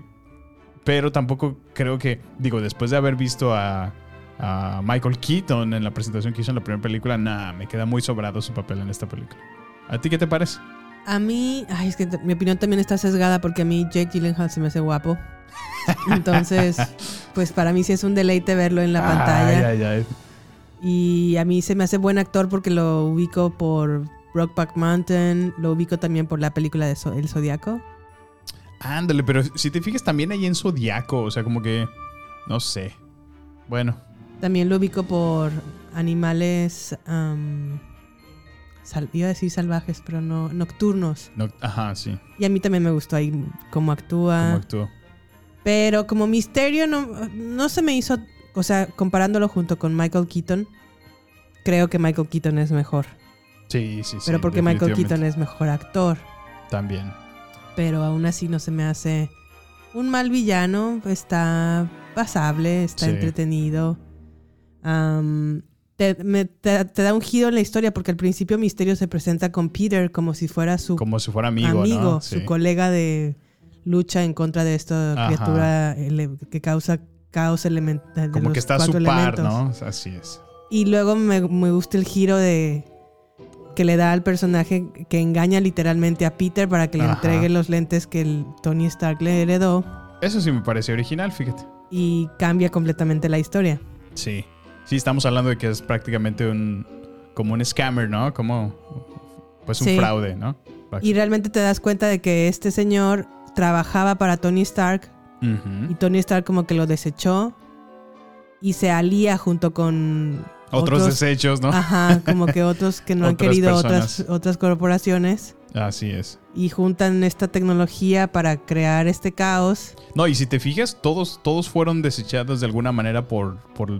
C: pero tampoco creo que, digo, después de haber visto a, a Michael Keaton en la presentación que hizo en la primera película, nada, me queda muy sobrado su papel en esta película. ¿A ti qué te parece?
B: A mí, ay, es que t- mi opinión también está sesgada porque a mí Jake Gyllenhaal se me hace guapo. Entonces, pues para mí sí es un deleite verlo en la pantalla.
C: Ay, ay, ay.
B: Y a mí se me hace buen actor porque lo ubico por Rockback Mountain, lo ubico también por la película de Zo- El Zodiaco.
C: Ándale, pero si te fijas también ahí en Zodiaco, o sea, como que, no sé. Bueno,
B: También lo ubico por animales. am, sal- iba a decir salvajes, pero no. Nocturnos.
C: no- ajá, sí,
B: Y a mí también me gustó ahí cómo actúa.
C: como actuó.
B: Pero como misterio no, no se me hizo. O sea, comparándolo junto con Michael Keaton, creo que Michael Keaton es mejor.
C: Sí, sí, sí.
B: pero porque Michael Keaton
C: definitivamente.
B: es mejor actor.
C: También.
B: Pero aún así no se me hace un mal villano. Está pasable, está
C: Sí.
B: entretenido. Am, te, me- te- te da un giro en la historia porque al principio Misterio se presenta con Peter como si fuera su
C: Como si fuera amigo, ¿no? Sí.
B: su colega de lucha en contra de esta
C: Ajá.
B: criatura ele- que causa caos elemental. de
C: Como que
B: los
C: está a su par,
B: cuatro elementos.
C: ¿no? Así es.
B: Y luego me, me gusta el giro de que le da al personaje que engaña literalmente a Peter para que le
C: Ajá.
B: entregue los lentes que el Tony Stark le heredó
C: Eso sí me parece original, fíjate.
B: y cambia completamente la historia.
C: Sí. Sí, estamos hablando de que es prácticamente un. como un scammer, ¿no? Como. Pues un
B: Sí.
C: fraude, ¿no?
B: Y realmente te das cuenta de que este señor trabajaba para Tony Stark
C: Ujú.
B: y Tony Stark como que lo desechó y se alía junto con
C: Otros desechos, ¿no?
B: Ajá, como que otros que no han
C: Otras
B: querido
C: personas.
B: otras otras corporaciones
C: Así es.
B: y juntan esta tecnología para crear este caos.
C: No, y si te fijas, todos, todos fueron desechados de alguna manera por, por,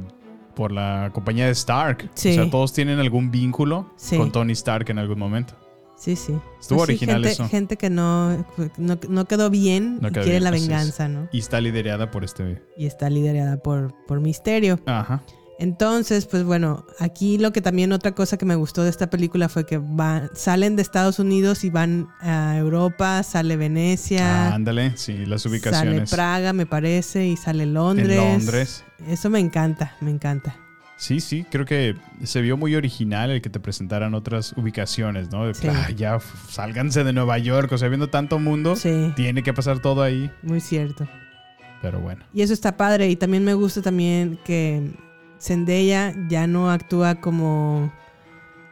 C: por la compañía de Stark.
B: Sí.
C: O sea, todos tienen algún vínculo
B: Sí.
C: con Tony Stark en algún momento.
B: Sí, sí.
C: Estuvo
B: Pues sí,
C: original
B: gente,
C: eso.
B: Gente que no, no, no quedó bien
C: No
B: y
C: queda
B: quiere
C: bien,
B: la
C: así es.
B: venganza, ¿no?
C: Y está liderada por este.
B: y está liderada por, por Misterio.
C: Ajá.
B: Entonces, pues bueno, aquí lo que también otra cosa que me gustó de esta película fue que van, salen de Estados Unidos y van a Europa, sale
C: Ah,
B: Venecia,
C: ándale, sí, las
B: sale
C: ubicaciones.
B: Praga, me parece, y sale Londres.
C: En Londres.
B: Eso me encanta, me encanta.
C: Sí, sí, creo que se vio muy original el que te presentaran otras ubicaciones, ¿no? De que,
B: Sí.
C: "Ah, ya f- sálganse de Nueva York, o sea, viendo tanto mundo, tiene que pasar todo ahí.
B: Muy cierto.
C: Pero bueno.
B: Y eso está padre. Y también me gusta también que Zendaya ya no actúa como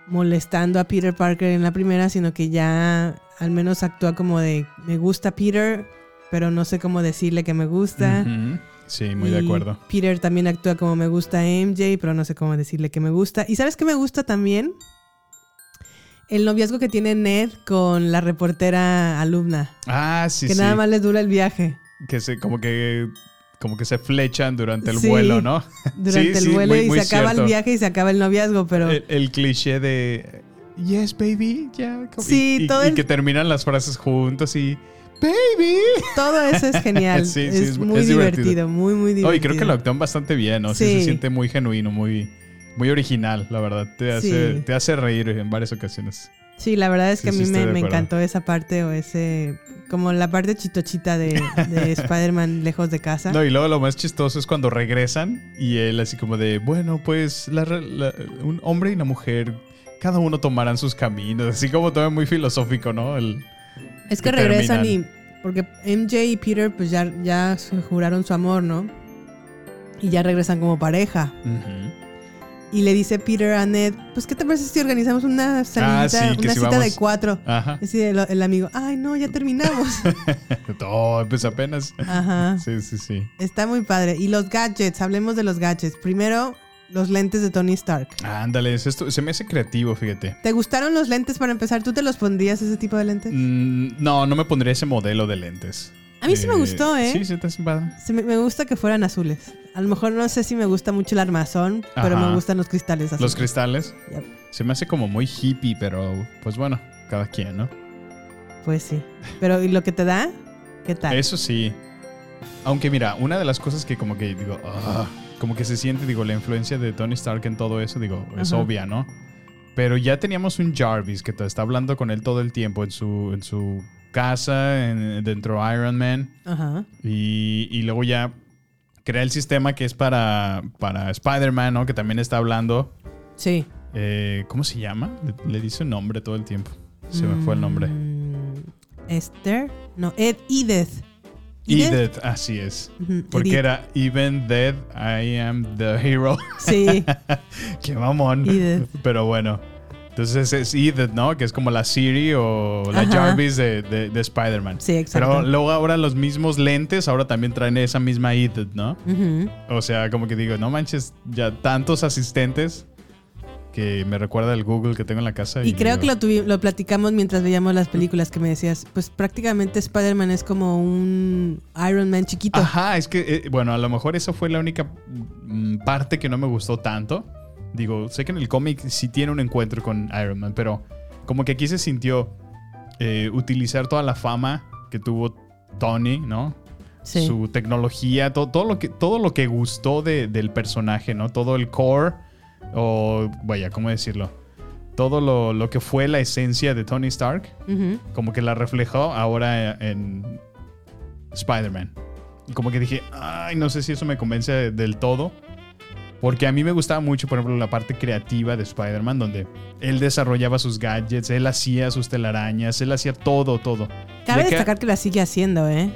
B: molestando a Peter Parker en la primera, sino que ya al menos actúa como de me gusta Peter, pero no sé cómo decirle que me gusta.
C: Ujú. Sí, muy de
B: Y
C: acuerdo.
B: Peter también actúa como me gusta MJ, pero no sé cómo decirle que me gusta. ¿Y sabes qué me gusta también? El noviazgo que tiene Ned con la reportera alumna.
C: Ah, sí,
B: que
C: sí.
B: nada más les dura el viaje.
C: Que se, como que como que se flechan durante el
B: Sí,
C: vuelo, ¿no?
B: Durante
C: Sí,
B: el
C: sí,
B: vuelo
C: muy-
B: y
C: muy
B: se acaba
C: cierto. Eh,
B: el viaje y se acaba el noviazgo, pero
C: El, el cliché de Yes, baby, ya. como-
B: Sí,
C: y, y-
B: todo
C: y
B: el-
C: que terminan las frases juntos y
B: Baby. Todo eso es genial.
C: Sí,
B: es,
C: sí, es-
B: muy
C: es
B: divertido.
C: divertido.
B: muy, muy divertido.
C: Oye, creo que lo actúan bastante bien, ¿no? Sí.
B: Sí.
C: se siente muy genuino, muy, muy original, la verdad. Te hace,
B: Sí.
C: te hace reír en varias ocasiones.
B: Sí, la verdad es
C: Sí,
B: que
C: sí,
B: a mí
C: estoy
B: me,
C: de
B: me
C: acuerdo.
B: encantó esa parte o ese. Como la parte chitochita de, de Spider-Man lejos de casa.
C: No, y luego lo más chistoso es cuando regresan y él así como de, bueno, pues la re- la- un hombre y una mujer, cada uno tomarán sus caminos, así como todo muy filosófico, ¿no? El-
B: es que
C: que
B: regresan
C: terminan.
B: y. Porque MJ y Peter, pues ya, ya se juraron su amor, ¿no? Y ya regresan como pareja. Y le dice Peter a Ned: Pues, ¿qué te parece si organizamos una salida,
C: Ah, sí, que
B: una
C: si
B: cita
C: vamos- Ah.
B: de cuatro?
C: Ajá.
B: Y así el, el amigo: Ay, no, ya terminamos.
C: Todo, pues apenas.
B: Ajá.
C: Sí, sí, sí.
B: Está muy padre. Y los gadgets, hablemos de los gadgets. Primero, los lentes de Tony Stark.
C: Ándale, es esto se me hace creativo, fíjate.
B: ¿Te gustaron los lentes para empezar? ¿Tú te los pondrías ese tipo de lentes?
C: Mm, no, no me pondría ese modelo de lentes.
B: A mí sí me gustó, ¿eh?
C: Sí, sí, te padre.
B: Se me, me gusta que fueran azules. A lo mejor no sé si me gusta mucho el armazón, pero
C: Ajá.
B: me gustan los cristales azules.
C: Los cristales. Se me hace como muy hippie, pero pues bueno, cada quien, ¿no?
B: Pues sí. Pero ¿y lo que te da? ¿Qué tal?
C: Eso sí. Aunque mira, una de las cosas que como que digo, "Ah", como que se siente, digo, la influencia de Tony Stark en todo eso, digo, es
B: Ajá.
C: obvia, ¿no? Pero ya teníamos un Jarvis que te está hablando con él todo el tiempo en su, en su casa, en- dentro de Iron Man.
B: Ajá.
C: Y, y luego ya crea el sistema que es para, para Spider-Man, ¿no? Que también está hablando.
B: Sí.
C: Eh, ¿Cómo se llama? Le, le dice un nombre todo el tiempo. Se me fue el nombre.
B: Mm. Esther. No, Ed, Edith.
C: Edith, así es.
B: Ujú,
C: Porque
B: Edith.
C: era Even Dead, I am the hero.
B: Sí.
C: Qué mamón.
B: Edith.
C: Pero bueno. Entonces es Edith, ¿no? Que es como la Siri o la
B: Ajá.
C: Jarvis de, de- de Spider-Man.
B: Sí, exacto.
C: Pero luego ahora los mismos lentes ahora también traen esa misma Edith, ¿no?
B: Ujú.
C: O sea, como que digo, no manches, ya tantos asistentes que me recuerda el Google que tengo en la casa.
B: Y creo
C: digo,
B: que lo, tuvi- lo platicamos mientras veíamos las películas que me decías. Pues prácticamente Spider-Man es como un Iron Man chiquito.
C: Ajá, es que, eh, bueno, a lo mejor esa fue la única mm, parte que no me gustó tanto. Digo, sé que en el cómic sí tiene un encuentro con Iron Man, pero como que aquí se sintió eh, utilizar toda la fama que tuvo Tony, ¿no?
B: Sí.
C: Su tecnología, to- todo, lo que, todo lo que gustó de- del personaje, ¿no? Todo el core, o vaya, ¿cómo decirlo? Todo lo, lo que fue la esencia de Tony Stark,
B: Ujú.
C: como que la reflejó ahora eh, en Spider-Man. Y como que dije, ay, no sé si eso me convence de- del todo. Porque a mí me gustaba mucho, por ejemplo, la parte creativa de Spider-Man, donde él desarrollaba sus gadgets, él hacía sus telarañas, él hacía todo, todo.
B: Cabe
C: Y acá-
B: destacar que la sigue haciendo, ¿eh?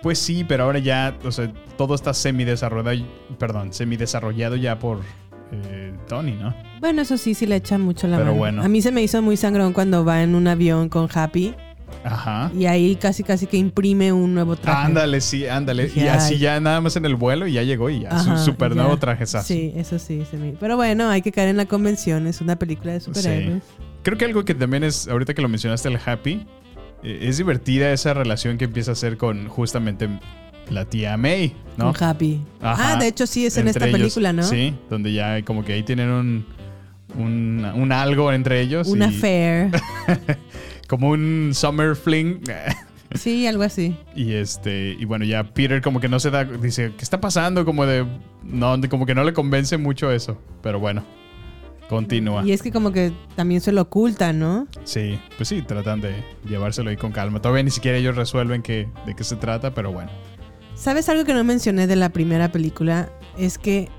C: Pues sí, pero ahora ya, o sea, todo está semidesarrollado, perdón, semidesarrollado ya por eh, Tony, ¿no?
B: Bueno, eso sí, sí le echa mucho la
C: Pero
B: mano.
C: bueno.
B: A mí se me hizo muy sangrón cuando va en un avión con Happy
C: Ajá.
B: y ahí casi casi que imprime un nuevo traje.
C: Ándale, sí, ándale. Y
B: Dije,
C: así
B: ay.
C: ya nada más en el vuelo y ya llegó y ya.
B: Ajá,
C: su super
B: ya.
C: nuevo trajezazo.
B: Sí, eso sí. se me- Pero bueno, hay que caer en la convención. Es una película de superhéroes.
C: Creo que algo que también es, ahorita que lo mencionaste, el Happy, eh, es divertida esa relación que empieza a hacer con justamente la tía May, ¿no?
B: Con Happy.
C: Ajá.
B: Ah, de hecho sí es en
C: Entre
B: esta
C: ellos,
B: película, ¿no?
C: Sí, donde ya como que ahí tienen un, un, un algo entre ellos.
B: Un
C: y-
B: affair.
C: Como un summer fling.
B: Sí, algo así.
C: Y este, y bueno, ya Peter como que no se da, dice, ¿qué está pasando? Como de, no, como que no le convence mucho eso. Pero bueno, continúa.
B: Y es que como que también se lo ocultan, ¿no?
C: Sí, pues sí, tratan de llevárselo ahí con calma. Todavía ni siquiera ellos resuelven que, de qué se trata, pero bueno.
B: ¿Sabes algo que no mencioné de la primera película? Es que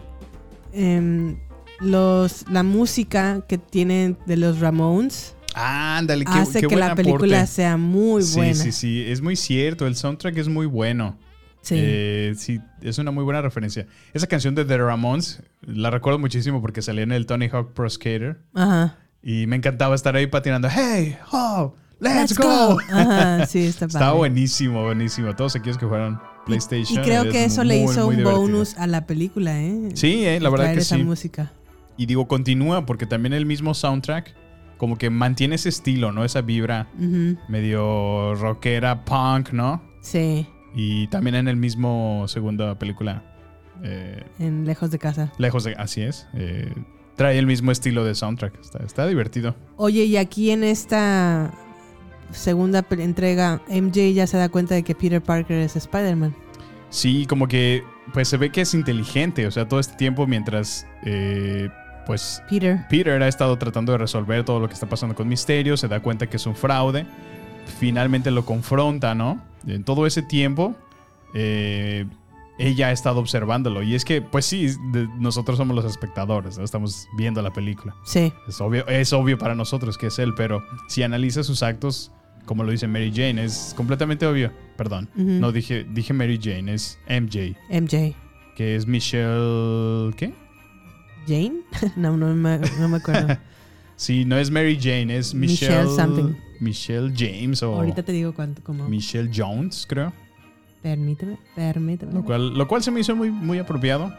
B: em, los, la música que tienen de los Ramones
C: Ándale, qué,
B: hace
C: qué
B: que
C: buen
B: la película
C: aporte.
B: sea muy buena.
C: Sí, sí, sí, es muy cierto, el soundtrack es muy bueno.
B: Sí.
C: Eh, sí, es una muy buena referencia. Esa canción de The Ramones la recuerdo muchísimo porque salía en el Tony Hawk Pro Skater.
B: Ajá.
C: Y me encantaba estar ahí patinando. ¡Hey! ¡Oh! ¡Let's,
B: Let's
C: go!
B: go. Ajá, sí, está
C: Estaba
B: padre.
C: buenísimo, buenísimo. Todos aquellos que jugaron
B: Y
C: PlayStation.
B: creo
C: es
B: que eso le
C: muy,
B: hizo
C: muy
B: un
C: divertido.
B: bonus a la película, ¿eh?
C: Sí, eh, la verdad
B: Traer
C: que
B: esa
C: sí.
B: música.
C: Y digo, continúa porque también el mismo soundtrack como que mantiene ese estilo, ¿no? Esa vibra
B: Ujú.
C: medio rockera, punk, ¿no?
B: Sí,
C: Y también en el mismo segunda película. eh,
B: en Lejos de Casa.
C: lejos de... Así es. eh, trae el mismo estilo de soundtrack. Está, está divertido.
B: Oye, y aquí en esta segunda pe- entrega, MJ ya se da cuenta de que Peter Parker es Spider-Man.
C: Sí, como que pues se ve que es inteligente, o sea, todo este tiempo mientras eh, pues
B: Peter.
C: ha estado tratando de resolver todo lo que está pasando con Misterio, se da cuenta que es un fraude, finalmente lo confronta, ¿no? En todo ese tiempo eh, ella ha estado observándolo y es que pues sí, de- nosotros somos los espectadores, ¿no? estamos viendo la película.
B: Sí.
C: Es obvio, es obvio para nosotros que es él, pero si analiza sus actos, como lo dice Mary Jane, es completamente obvio. Perdón,
B: Ujú.
C: no dije, dije Mary Jane, es MJ,
B: MJ.
C: que es Michelle. ¿Qué?
B: ¿Jane? no, no me, no me acuerdo.
C: Sí, no es Mary Jane, es Michelle.
B: Michelle
C: Michelle
B: something.
C: James o
B: Ahorita te digo cuánto, como.
C: Michelle Jones, creo.
B: Permíteme, permíteme.
C: Lo cual, lo cual se me hizo muy, muy apropiado.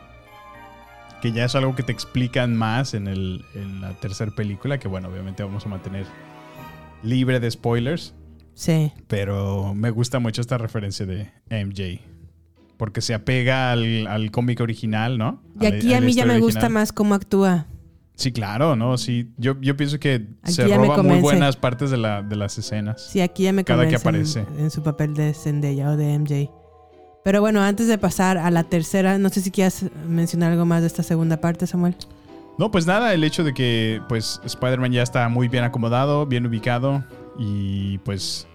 C: Que ya es algo que te explican más en, el, en la tercera película, que bueno, obviamente vamos a mantener libre de spoilers.
B: Sí.
C: Pero me gusta mucho esta referencia de MJ. Porque se apega al, al cómic original, ¿no?
B: Y
C: la-
B: aquí a
C: la
B: mí ya
C: historia
B: me gusta
C: original.
B: más cómo actúa.
C: Sí, claro, ¿no? Sí, yo, yo pienso que
B: Aquí
C: se
B: ya me
C: roba muy
B: convence.
C: buenas partes de, la, de las escenas.
B: Sí, aquí ya me
C: Cada que
B: convence en-
C: aparece.
B: En, su papel de Zendaya o de MJ. Pero bueno, antes de pasar a la tercera, no sé si quieras mencionar algo más de esta segunda parte, Samuel.
C: No, pues nada, el hecho de que pues Spider-Man ya está muy bien acomodado, bien ubicado y pues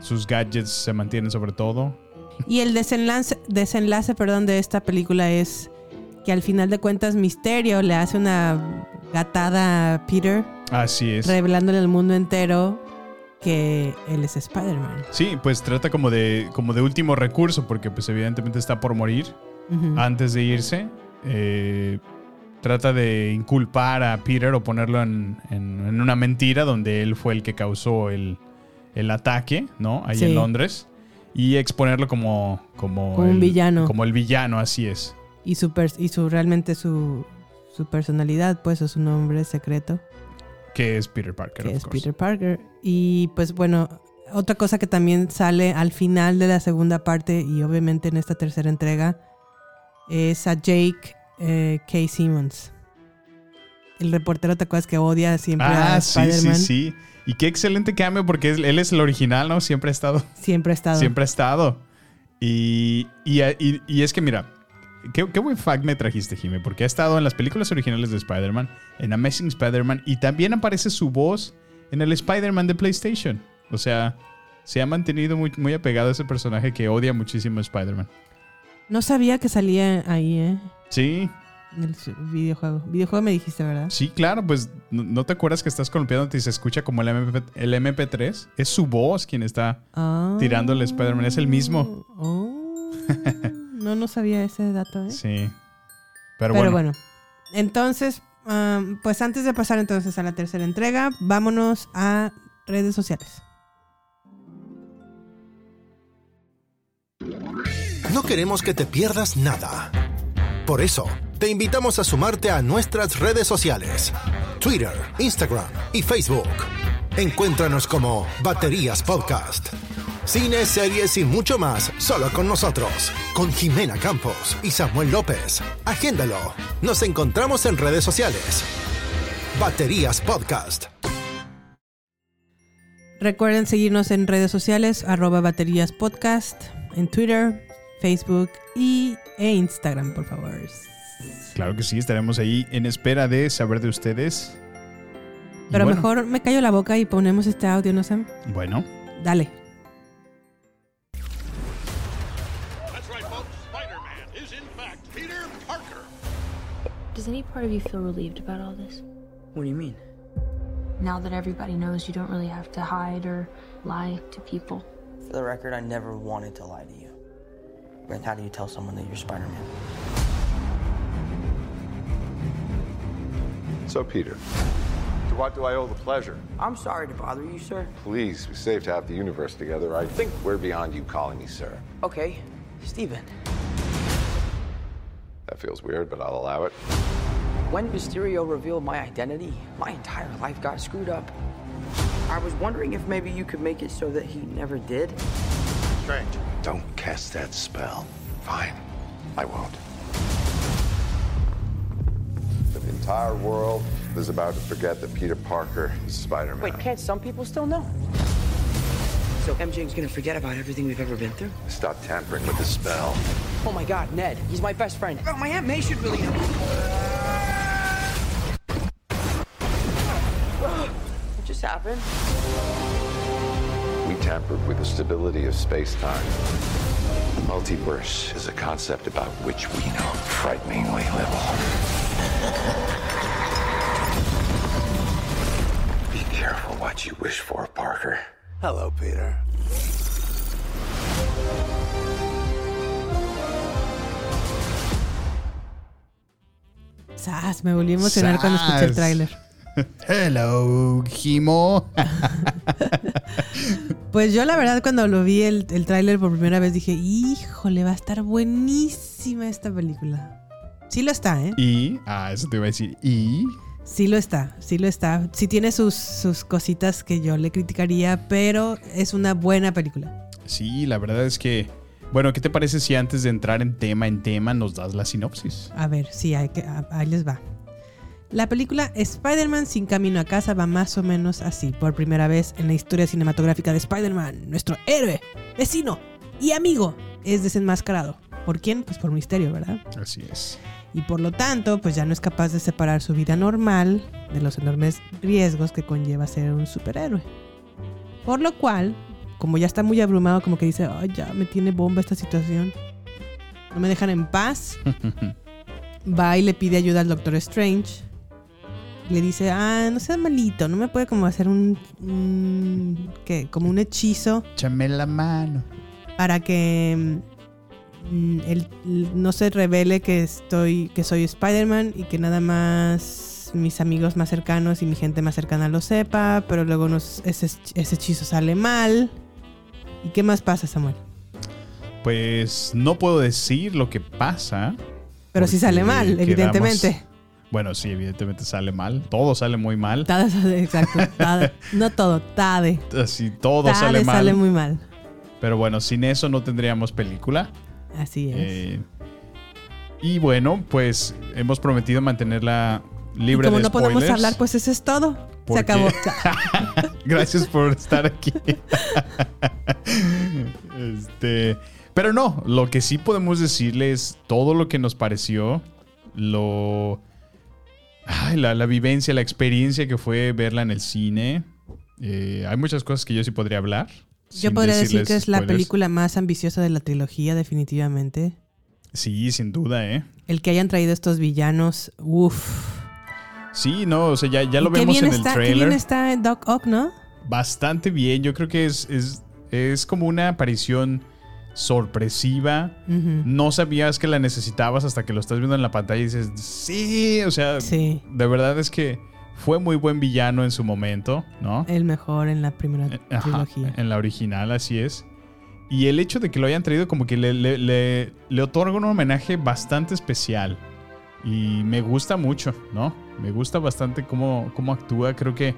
C: sus gadgets se mantienen sobre todo.
B: Y el desenlace, desenlace perdón, de esta película es que al final de cuentas Misterio le hace una gatada a Peter,
C: Así es.
B: revelándole al mundo entero que él es Spider-Man.
C: Sí, pues trata como de, como de último recurso, porque pues evidentemente está por morir
B: Ujú.
C: antes de irse. eh, trata de inculpar a Peter o ponerlo en, en- en una mentira donde él fue el que causó el, el ataque, ¿no? Ahí
B: Sí.
C: en Londres. Y exponerlo como, como,
B: Como un
C: el-
B: villano.
C: Como el villano, así es.
B: Y su, pers- y su realmente su, su personalidad, pues, o su nombre secreto,
C: Que es Peter Parker,
B: que
C: of
B: es
C: course.
B: Peter Parker. Y pues bueno, otra cosa que también sale al final de la segunda parte y obviamente en esta tercera entrega es a Jake eh, K. Simmons. El reportero, ¿te acuerdas que odia siempre a
C: Ah, sí, sí,
B: Spider-Man?
C: sí. Y qué excelente cambio porque es- él es el original, ¿no? Siempre ha estado.
B: Siempre ha estado.
C: Siempre ha estado. Y, y- y- y es que, mira, qué, qué buen fact me trajiste, Jimmy, porque ha estado en las películas originales de Spider-Man, en Amazing Spider-Man, y también aparece su voz en el Spider-Man de PlayStation. O sea, se ha mantenido muy, muy apegado a ese personaje que odia muchísimo a Spider-Man.
B: No sabía que salía ahí, ¿eh?
C: Sí,
B: En el su- videojuego. Videojuego me dijiste, ¿verdad?
C: sí, claro, pues no, no te acuerdas que estás columpiándote y se escucha como el, MP, el MP3. Es su voz quien está
B: Ah.
C: tirándole a Spider-Man, es el mismo.
B: Oh. no, no sabía ese dato, ¿eh?
C: Sí.
B: Pero,
C: Pero,
B: bueno. Entonces, am, pues antes de pasar entonces a la tercera entrega, vámonos a redes sociales.
A: No queremos que te pierdas nada. Por eso, te invitamos a sumarte a nuestras redes sociales. Twitter, Instagram y Facebook. Encuéntranos como Baterías Podcast. Cine, series y mucho más, solo con nosotros, con Jimena Campos y Samuel López. Agéndalo. Nos encontramos en redes sociales. Baterías Podcast.
B: Recuerden seguirnos en redes sociales, arroba baterías podcast, en Twitter, Facebook y, e Instagram, por favor.
C: Claro que sí, estaremos ahí en espera de saber de ustedes. Y
B: Pero
C: bueno,
B: mejor me callo la boca y ponemos este audio, ¿no, Sam?
C: Bueno,
B: Dale.
M: That's right, folks. Spider-Man is in fact Peter Parker.
N: Does any part of you feel relieved about all this?
I: What do you mean?
N: Now that everybody knows you don't really have to hide or lie to people.
I: For the record, I never wanted to lie to you. But how do you tell someone that you're Spider Man?
K: So, Peter, to what do I owe the pleasure?
I: I'm sorry to bother you, sir.
K: Please, we saved half the universe together. I think we're beyond you calling me sir.
I: Okay, Steven.
K: That feels weird, but I'll allow it.
I: When Mysterio revealed my identity, my entire life got screwed up. I was wondering if maybe you could make it so that he never did.
K: Strange. Don't cast that spell. Fine. I won't. The entire world is about to forget that Peter Parker is Spider Man.
I: Wait, can't some people still know? So MJ's gonna forget about everything we've ever been through?
K: Stop tampering with the spell.
I: Oh my god, Ned, he's my best friend. Oh, my Aunt May should really know. what just happened?
K: We tampered with the stability of space time. The multiverse is a concept about which we know frighteningly little. Be careful what you wish for, Parker.
L: Hello, Peter.
B: Sas, me volví a emocionar cuando escuché el
C: Sas.
B: tráiler.
C: Hello, Jimo.
B: Pues yo la verdad cuando lo vi el, el tráiler por primera vez dije, híjole, va a estar buenísima esta película. Sí lo está, ¿eh?
C: y, ah, eso te iba a decir. Y,
B: Sí lo está, sí lo está. Sí tiene sus, sus cositas que yo le criticaría, pero es una buena película.
C: sí, la verdad es que. Bueno, ¿qué te parece si antes de entrar en tema en tema nos das la sinopsis?
B: A ver, sí, hay que- a- ahí les va. La película Spider-Man sin camino a casa va más o menos así. Por primera vez en la historia cinematográfica de Spider-Man, nuestro héroe, vecino y amigo es desenmascarado. ¿Por quién? Pues por misterio, ¿verdad?
C: Así es.
B: y por lo tanto, pues ya no es capaz de separar su vida normal de los enormes riesgos que conlleva ser un superhéroe. Por lo cual, como ya está muy abrumado, como que dice, ay, ya me tiene bomba esta situación, no me dejan en paz, va y le pide ayuda al Doctor Strange. Le dice, ah, no seas malito, no me puede como hacer un, un- ¿qué? Como un hechizo.
C: Échame la mano.
B: Para que mm, él no se revele que estoy, que soy Spider-Man y que nada más mis amigos más cercanos y mi gente más cercana lo sepa, pero luego nos, ese, ese hechizo sale mal. ¿Y qué más pasa, Samuel?
C: Pues no puedo decir lo que pasa.
B: Pero sí
C: porque
B: sale mal,
C: Pues quedamos-
B: evidentemente.
C: Bueno, sí, evidentemente sale mal. Todo sale muy mal.
B: Tada, exacto. tada. No todo, tade.
C: Así, todo
B: tade
C: sale mal.
B: sale muy mal.
C: Pero bueno, sin eso no tendríamos película.
B: Así es.
C: Eh, y bueno, pues hemos prometido mantenerla
B: Y
C: libre
B: como
C: de
B: no podemos
C: spoilers.
B: hablar, pues eso es todo.
C: Porque-
B: Se acabó.
C: Gracias por estar aquí. Este, pero no, lo que sí podemos decirles todo lo que nos pareció, lo ay, la, la vivencia, la experiencia que fue verla en el cine. Eh, hay muchas cosas que yo sí podría hablar.
B: Yo
C: sin
B: podría decir
C: decirles
B: que es la
C: spoilers.
B: película más ambiciosa de la trilogía, definitivamente.
C: Sí, sin duda, ¿eh?
B: El que hayan traído estos villanos, uff.
C: Sí, no, o sea, ya, ya lo
B: Y qué
C: vemos
B: bien
C: en el
B: está, qué
C: trailer.
B: bien está Doc Ock, ¿no?
C: bastante bien. Yo creo que es, es, es como una aparición sorpresiva.
B: Ujú.
C: No sabías que la necesitabas hasta que lo estás viendo en la pantalla y dices, sí, o sea, de verdad es que fue muy buen villano en su momento, ¿no?
B: El mejor en la primera
C: Eh, Ajá,
B: trilogía.
C: en la original, así es. Y el hecho de que lo hayan traído como que le, le, le- le otorga un homenaje bastante especial. Y me gusta mucho, ¿no? Me gusta bastante cómo, cómo actúa. Creo que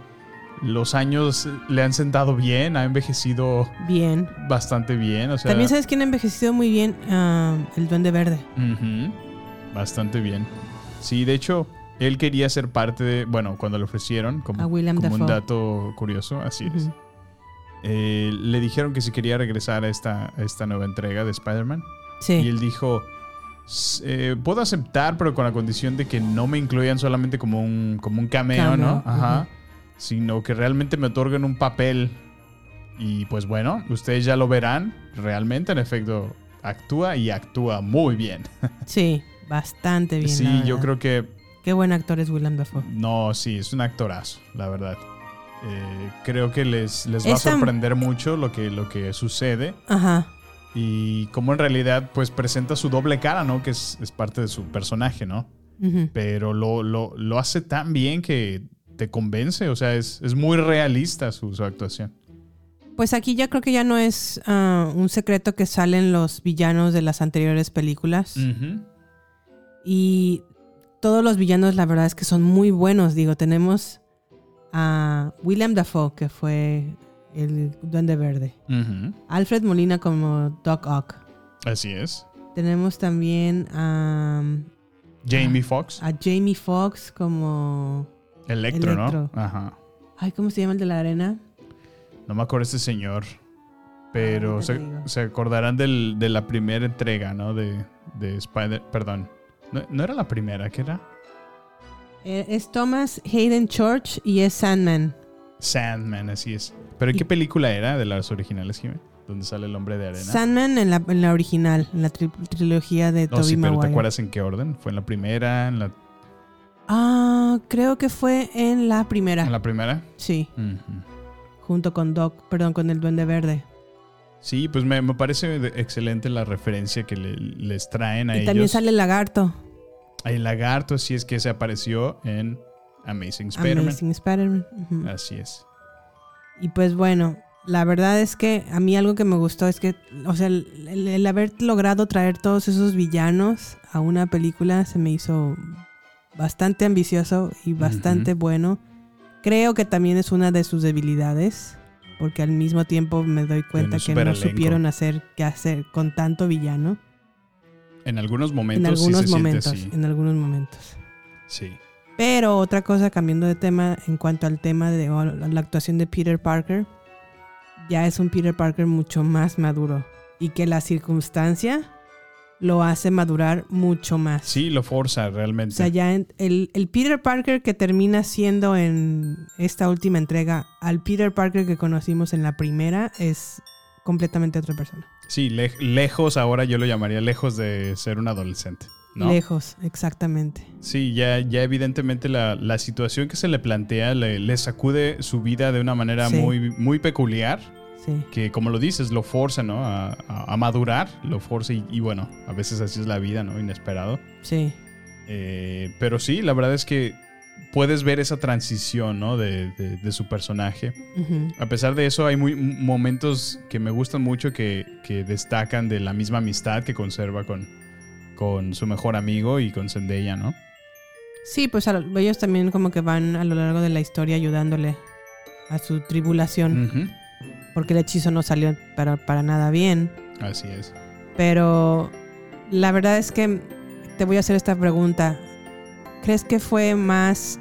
C: los años le han sentado bien, ha envejecido
B: Bien.
C: bastante bien. O sea,
B: También sabes quién ha envejecido muy bien, Ah, el Duende Verde.
C: Ujú, Bastante bien. Sí, de hecho, Él quería ser parte de, bueno, cuando le ofrecieron, como,
B: A Willem
C: como un
B: Dafoe.
C: dato curioso, así es.
B: Ujú.
C: Eh, le dijeron que si quería regresar a esta, a esta nueva entrega de Spider-Man.
B: Sí.
C: Y él dijo, "S- eh, puedo aceptar, pero con la condición de que no me incluyan solamente como un, como un cameo, ¿no?
B: Cameo,
C: Ajá.
B: ujú.
C: Sino que realmente me otorguen un papel. Y pues bueno, ustedes ya lo verán. Realmente, en efecto, actúa y actúa muy bien.
B: Sí, bastante bien.
C: sí,
B: la
C: yo
B: verdad.
C: creo que
B: Qué buen actor es Willem Dafoe.
C: no, sí, es un actorazo, la verdad. Eh, creo que les, les va a
B: Es tan-
C: sorprender mucho lo que, lo que sucede
B: Ajá.
C: y cómo en realidad pues presenta su doble cara, ¿no? Que es, es parte de su personaje, ¿no?
B: Ujú.
C: Pero lo, lo, lo hace tan bien que te convence, o sea, es, es muy realista su, su actuación.
B: Pues aquí ya creo que ya no es ah, un secreto que salen los villanos de las anteriores
C: Mm.
B: películas. Y todos los villanos, la verdad es que son muy buenos. Digo, tenemos a William Dafoe, que fue el Duende Verde.
C: Ujú.
B: Alfred Molina como Doc Ock.
C: Así es.
B: Tenemos también am, Ah.
C: Jamie Foxx,
B: a Jamie Foxx como.
C: Electro,
B: Electro.
C: ¿no? Ajá.
B: Ay, ¿cómo se llama el de la arena?
C: No me acuerdo este señor. Pero se,
B: Ahorita Ah, te digo.
C: se acordarán del- de la primera entrega, ¿no? De, de Spider. Perdón. No, no era la primera, ¿qué era?
B: Eh, es Thomas Hayden Church y es Sandman.
C: Sandman, así es. ¿Pero qué película era de las originales, Jimé? Donde sale el hombre de arena.
B: Sandman en la, en la original, en la tri- trilogía de
C: no,
B: Tobey
C: sí, pero ¿te
B: Maguire.
C: acuerdas en qué orden? ¿Fue en la primera? ¿En la,
B: Ah, creo que fue en la primera.
C: en la primera?
B: Sí,
C: Ujú.
B: junto con Doc, perdón, con el Duende Verde.
C: Sí, pues me, me parece de- excelente la referencia que le- les traen a
B: y
C: ellos.
B: también sale el lagarto.
C: El lagarto, así es que se apareció en Amazing Spider-Man.
B: Amazing Spider-Man. Ujú.
C: Así es.
B: Y pues bueno, la verdad es que a mí algo que me gustó es que, o sea, el, el- el haber logrado traer todos esos villanos a una película se me hizo bastante ambicioso y bastante bueno. Creo que también es una de sus debilidades, porque al mismo tiempo me doy cuenta que no
C: superelenco.
B: supieron hacer qué hacer con tanto villano.
C: En algunos momentos
B: En algunos
C: sí se
B: momentos,
C: siente así.
B: en algunos momentos.
C: Sí.
B: Pero otra cosa, cambiando de tema, en cuanto al tema de o la la actuación de Peter Parker, ya es un Peter Parker mucho más maduro y que la circunstancia lo hace madurar mucho más.
C: Sí, lo forza realmente.
B: O sea, ya en- el, el Peter Parker que termina siendo en esta última entrega al Peter Parker que conocimos en la primera es completamente otra persona.
C: Sí, le- lejos ahora yo lo llamaría lejos de ser un adolescente. ¿no?
B: Lejos, exactamente.
C: Sí, ya, ya evidentemente la, la situación que se le plantea le, le sacude su vida de una manera
B: Sí.
C: muy, muy peculiar.
B: Sí.
C: Que como lo dices, lo forza, ¿no? A, a- a madurar, lo forza y, y bueno, a veces así es la vida, ¿no? Inesperado.
B: Sí.
C: Eh, pero sí, la verdad es que puedes ver esa transición, ¿no? De, de- de su personaje.
B: Ujú.
C: A pesar de eso, hay muy, m- momentos que me gustan mucho que, que destacan de la misma amistad que conserva con, con su mejor amigo y con Zendaya, ¿no?
B: Sí, pues a lo- ellos también como que van a lo largo de la historia ayudándole a su
C: Mm.
B: tribulación, porque el hechizo no salió para, para nada bien.
C: Así es.
B: Pero la verdad es que te voy a hacer esta pregunta. ¿Crees que fue más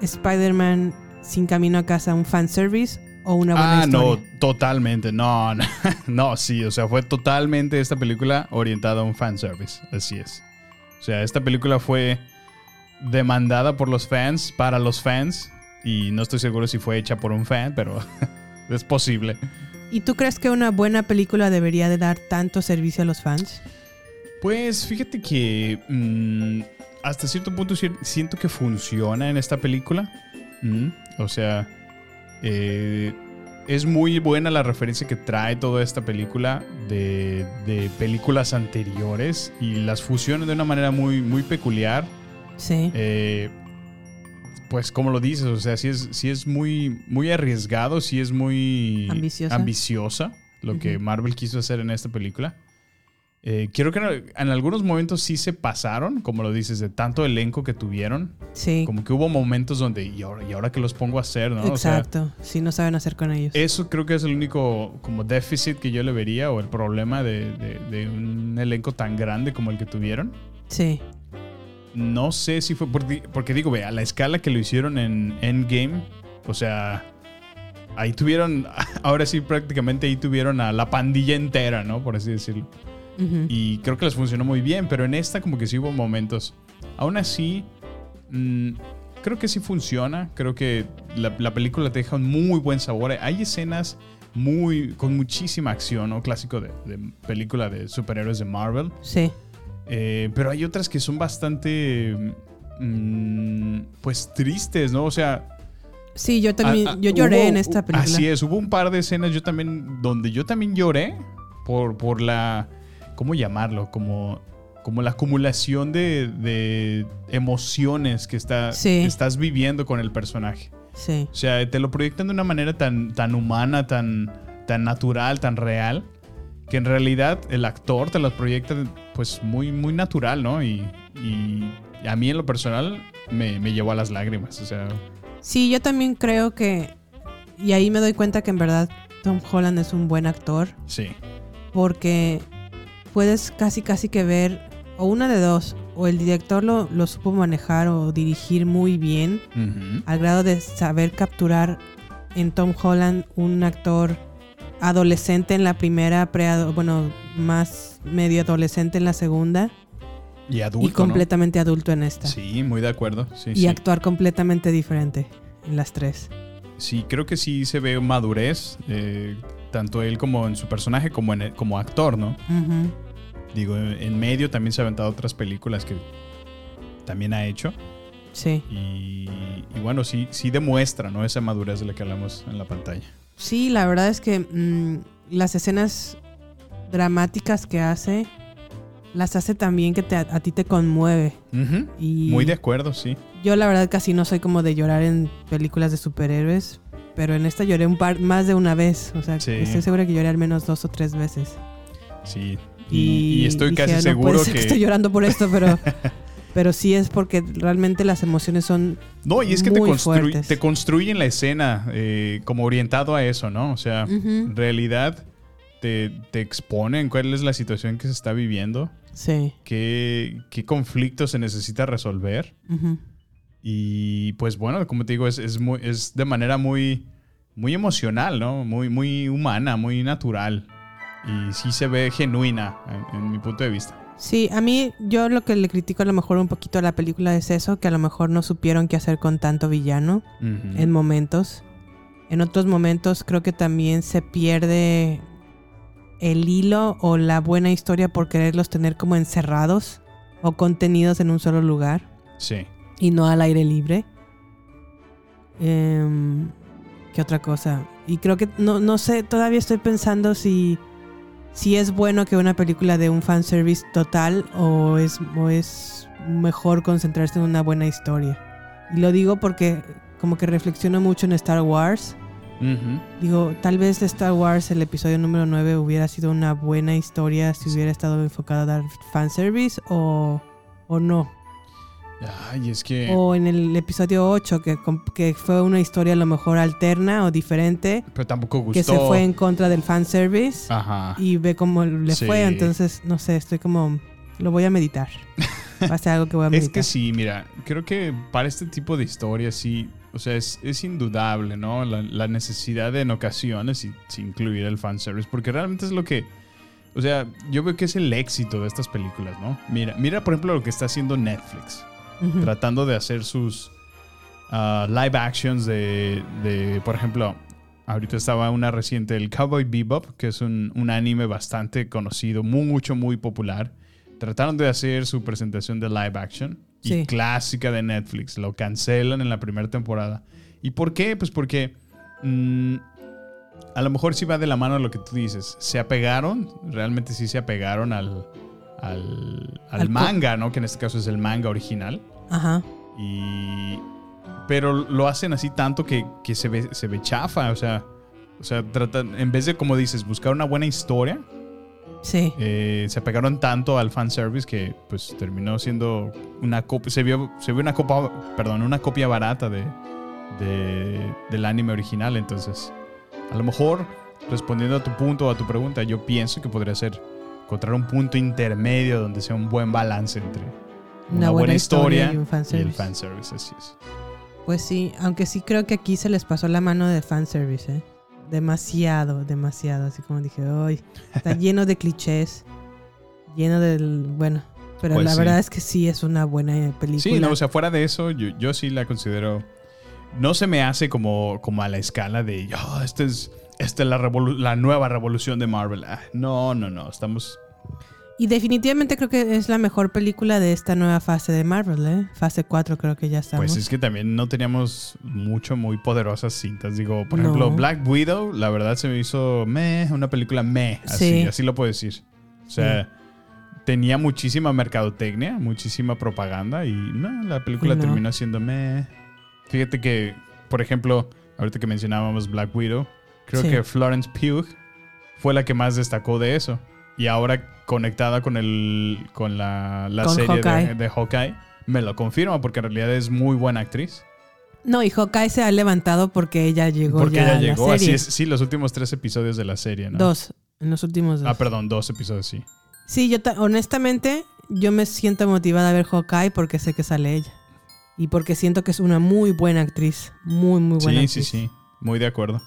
B: Spider-Man sin camino a casa un fanservice o una buena
C: ah,
B: historia?
C: no, totalmente. No, no, no, sí, o sea, fue totalmente esta película orientada a un fanservice. Así es. O sea, esta película fue demandada por los fans, para los fans, y no estoy seguro si fue hecha por un fan, pero es posible.
B: ¿Y tú crees que una buena película debería de dar tanto servicio a los fans?
C: Pues fíjate que mm, hasta cierto punto cier- siento que funciona en esta película. Mm, o sea, eh, es muy buena la referencia que trae toda esta película de, de películas anteriores y las fusiona de una manera muy, muy peculiar.
B: Sí.
C: Eh, pues como lo dices, o sea, sí es, sí es muy, muy arriesgado, sí es muy
B: Ambiciosa.
C: ambiciosa lo que
B: Ujú.
C: Marvel quiso hacer en esta película. Eh, creo que en, en algunos momentos sí se pasaron, como lo dices, de tanto elenco que tuvieron.
B: Sí.
C: Como que hubo momentos donde, ¿y ahora, y ahora que los pongo a hacer, no? O sea, eh,
B: Exacto. si no saben hacer con ellos.
C: eso creo que es el único como déficit que yo le vería o el problema de, de- de un elenco tan grande como el que tuvieron.
B: Sí.
C: No sé si fue por di- porque digo, ve, a la escala que lo hicieron en Endgame, o sea, ahí tuvieron, ahora sí prácticamente ahí tuvieron a la pandilla entera, ¿no? Por así decirlo.
B: Ujú.
C: Y creo que les funcionó muy bien, pero en esta como que sí hubo momentos. Aún así, mm, creo que sí funciona. Creo que la, la película te deja un muy buen sabor. Hay escenas muy con muchísima acción, ¿no? Clásico de, de película de superhéroes de Marvel.
B: Sí.
C: Eh, pero hay otras que son bastante, mm, pues, tristes, ¿no? O sea,
B: Sí, yo también,
C: Ah, ah,
B: yo lloré
C: hubo-
B: en esta película.
C: Así es, hubo un par de escenas yo también donde yo también lloré por, por la ¿cómo llamarlo? Como como la acumulación de, de emociones que está,
B: Sí.
C: estás viviendo con el personaje.
B: Sí.
C: O sea, te lo proyectan de una manera tan, tan humana, tan, tan natural, tan real, que en realidad el actor te las proyecta pues muy, muy natural, ¿no? Y, y a mí en lo personal me, me llevó a las lágrimas. O sea,
B: Sí, yo también creo que. Y ahí me doy cuenta que en verdad Tom Holland es un buen actor.
C: sí.
B: Porque puedes casi casi que ver, o una de dos, o el director lo, lo supo manejar o dirigir muy bien,
C: Ujú.
B: al grado de saber capturar en Tom Holland un actor adolescente en la primera, pre bueno, más medio adolescente en la segunda.
C: Y adulto,
B: Y
C: ¿no?
B: completamente adulto en esta.
C: Sí, muy de acuerdo. Sí,
B: y
C: sí.
B: actuar completamente diferente en las tres.
C: Sí, creo que sí se ve madurez, eh, tanto él como en su personaje, como, en el- como actor, ¿no?
B: Ujú.
C: Digo, en en medio también se ha aventado otras películas que también ha hecho.
B: Sí.
C: Y, y bueno, sí, sí demuestra, ¿no? Esa madurez de la que hablamos en la pantalla.
B: Sí, la verdad es que mm, las escenas dramáticas que hace, las hace también que te- a ti te conmueve.
C: Ujú.
B: Y
C: Muy de acuerdo, sí.
B: Yo la verdad casi no soy como de llorar en películas de superhéroes, pero en esta lloré un par más de una vez. O sea,
C: Sí.
B: estoy segura que lloré al menos dos o tres veces.
C: Sí. Y, y estoy
B: dije,
C: casi
B: "No puede
C: seguro
B: ser
C: que...
B: que estoy llorando por esto, pero, pero sí es porque realmente las emociones son
C: No, y es que te,
B: muy
C: construy-
B: fuertes.
C: te construyen la escena eh, como orientado a eso, ¿no? O sea,
B: Ujú.
C: en realidad te, te exponen cuál es la situación que se está viviendo,
B: Sí.
C: qué, qué conflicto se necesita resolver.
B: Ujú.
C: Y pues bueno, como te digo, es, es muy, es de manera muy, muy emocional, ¿no? Muy, muy humana, muy natural. Y sí se ve genuina, en- en mi punto de vista.
B: Sí, a mí yo lo que le critico a lo mejor un poquito a la película es eso, que a lo mejor no supieron qué hacer con tanto villano
C: Ujú.
B: en momentos. En otros momentos creo que también se pierde el hilo o la buena historia por quererlos tener como encerrados o contenidos en un solo lugar
C: Sí.
B: y no al aire libre. Em, ¿Qué otra cosa? Y creo que no, no sé, todavía estoy pensando si, si es bueno que una película de un fanservice total o es, o es mejor concentrarse en una buena historia. Y lo digo porque como que reflexiono mucho en Star Wars.
C: Ujú.
B: Digo, tal vez de Star Wars el episodio número 9 hubiera sido una buena historia si hubiera estado enfocado a dar fanservice o, o no.
C: Ay, es que...
B: O en el episodio 8, que, com- que fue una historia a lo mejor alterna o diferente,
C: Pero tampoco gustó.
B: que se fue en contra del fanservice
C: Ajá.
B: y ve cómo le
C: Sí.
B: fue. Entonces, no sé, estoy como. Lo voy a meditar. Va a ser algo que voy a
C: Es
B: meditar.
C: que sí, mira, creo que para este tipo de historias sí, o sea, es, es indudable, ¿no? La, la necesidad de en ocasiones y- sí incluir el fanservice, porque realmente es lo que, o sea, yo veo que es el éxito de estas películas, ¿no? Mira, mira por ejemplo lo que está haciendo Netflix,
B: Ujú.
C: tratando de hacer sus ah, live actions de, de, por ejemplo, ahorita estaba una reciente, el Cowboy Bebop, que es un, un anime bastante conocido, mucho, muy popular. Trataron de hacer su presentación de live action y
B: Sí.
C: clásica de Netflix. Lo cancelan en la primera temporada. ¿Y por qué? Pues porque mm, a lo mejor sí va de la mano lo que tú dices. Se apegaron, realmente sí se apegaron al, al, al
B: Al co-
C: manga, ¿no? Que en este caso es el manga original.
B: Ajá.
C: Y. Pero lo hacen así tanto que, que se, ve, se ve chafa. O sea. O sea, tratan. En vez de, como dices, buscar una buena historia.
B: Sí.
C: eh, se apegaron tanto al fanservice que pues terminó siendo una copia. Se vio, se vio una copa. Perdón, una copia barata de, de- del anime original. Entonces. A lo mejor, respondiendo a tu punto o a tu pregunta, yo pienso que podría ser encontrar un punto intermedio donde sea un buen balance entre Una, buena, historia, y, el fanservice, así es.
B: Pues sí, aunque sí creo que aquí se les pasó la mano de fanservice, ¿eh? Demasiado, demasiado. Así como dije, hoy está lleno de clichés, lleno del. Bueno, pero
C: Pues
B: la
C: sí.
B: verdad es que sí es una buena película.
C: Sí, no, o sea, fuera de eso, yo, yo sí la considero. No se me hace como, como a la escala de. "Ah, esta es, esta es la, revolu- la nueva revolución de Marvel. Ah, no, no, no. Estamos.
B: Y definitivamente creo que es la mejor película de esta nueva fase de Marvel, ¿eh? Fase 4 creo que ya estamos.
C: Pues es que también no teníamos mucho, muy poderosas cintas. Digo, por
B: No.
C: ejemplo, Black Widow, la verdad se me hizo meh, una película meh. Así,
B: Sí.
C: así lo puedo decir. O sea, tenía muchísima mercadotecnia, muchísima propaganda y no, la película
B: No.
C: terminó siendo meh. Fíjate que, por ejemplo, ahorita que mencionábamos Black Widow, creo
B: Sí.
C: que Florence Pugh fue la que más destacó de eso. Y ahora conectada con el con la, la
B: Con
C: serie de-
B: Hawkeye.
C: de Hawkeye, me lo confirma porque en realidad es muy buena actriz.
B: No, y Hawkeye se ha levantado porque ella llegó
C: Porque
B: ya
C: ella
B: a la
C: llegó,
B: serie.
C: así es, sí, los últimos tres episodios de la serie, ¿no?
B: Dos, en los últimos dos.
C: Ah, perdón, dos episodios, sí.
B: Sí, yo ta- honestamente yo me siento motivada a ver Hawkeye porque sé que sale ella. Y porque siento que es una muy buena actriz. Muy, muy buena
C: sí,
B: actriz.
C: sí, sí. Muy de acuerdo.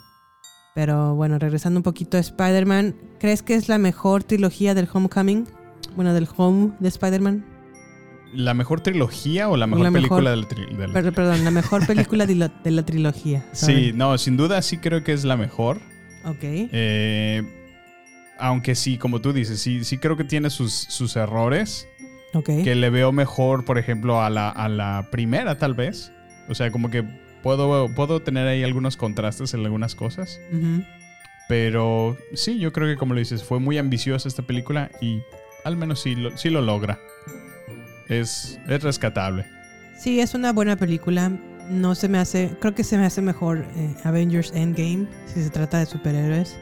B: Pero bueno, regresando un poquito a Spider-Man, ¿crees que es la mejor trilogía del Homecoming? Bueno, del Home de Spider-Man.
C: ¿La mejor trilogía o la mejor
B: La mejor-
C: película de la tri- de la-
B: Per- perdón, la mejor película de la, de la trilogía.
C: Sí,
B: sorry.
C: no, sin duda sí creo que es la mejor.
B: Ok.
C: Eh, aunque sí, como tú dices, sí, sí creo que tiene sus, sus errores.
B: Ok.
C: Que le veo mejor, por ejemplo, a la, a la primera, tal vez. O sea, como que puedo, puedo tener ahí algunos contrastes en algunas cosas.
B: Ujú.
C: Pero sí, yo creo que como lo dices, fue muy ambiciosa esta película y al menos sí lo, sí lo logra. Es, es rescatable.
B: Sí, es una buena película. No se me hace, creo que se me hace mejor eh, Avengers Endgame si se trata de superhéroes.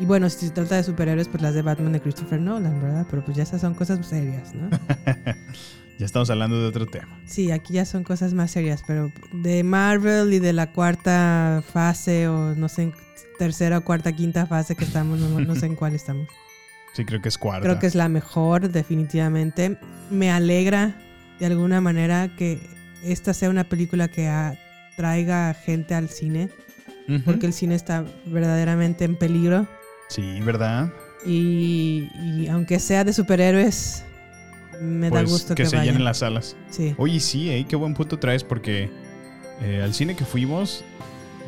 B: Y bueno, si se trata de superhéroes, pues las de Batman de Christopher Nolan, ¿verdad? Pero pues ya esas son cosas serias, ¿no?
C: Ya estamos hablando de otro tema.
B: Sí, aquí ya son cosas más serias, pero de Marvel y de la cuarta fase o no sé, en tercera o cuarta, quinta fase que estamos, no, no sé en cuál estamos.
C: Sí, creo que es cuarta.
B: Creo que es la mejor, definitivamente. Me alegra de alguna manera que esta sea una película que a- traiga gente al cine,
C: Ujú.
B: porque el cine está verdaderamente en peligro.
C: Sí, ¿verdad?
B: Y, y aunque sea de superhéroes, me da
C: Pues,
B: gusto que,
C: se
B: vaya.
C: llenen las salas.
B: Sí.
C: Oye, sí, eh, qué buen punto traes porque eh, al cine que fuimos,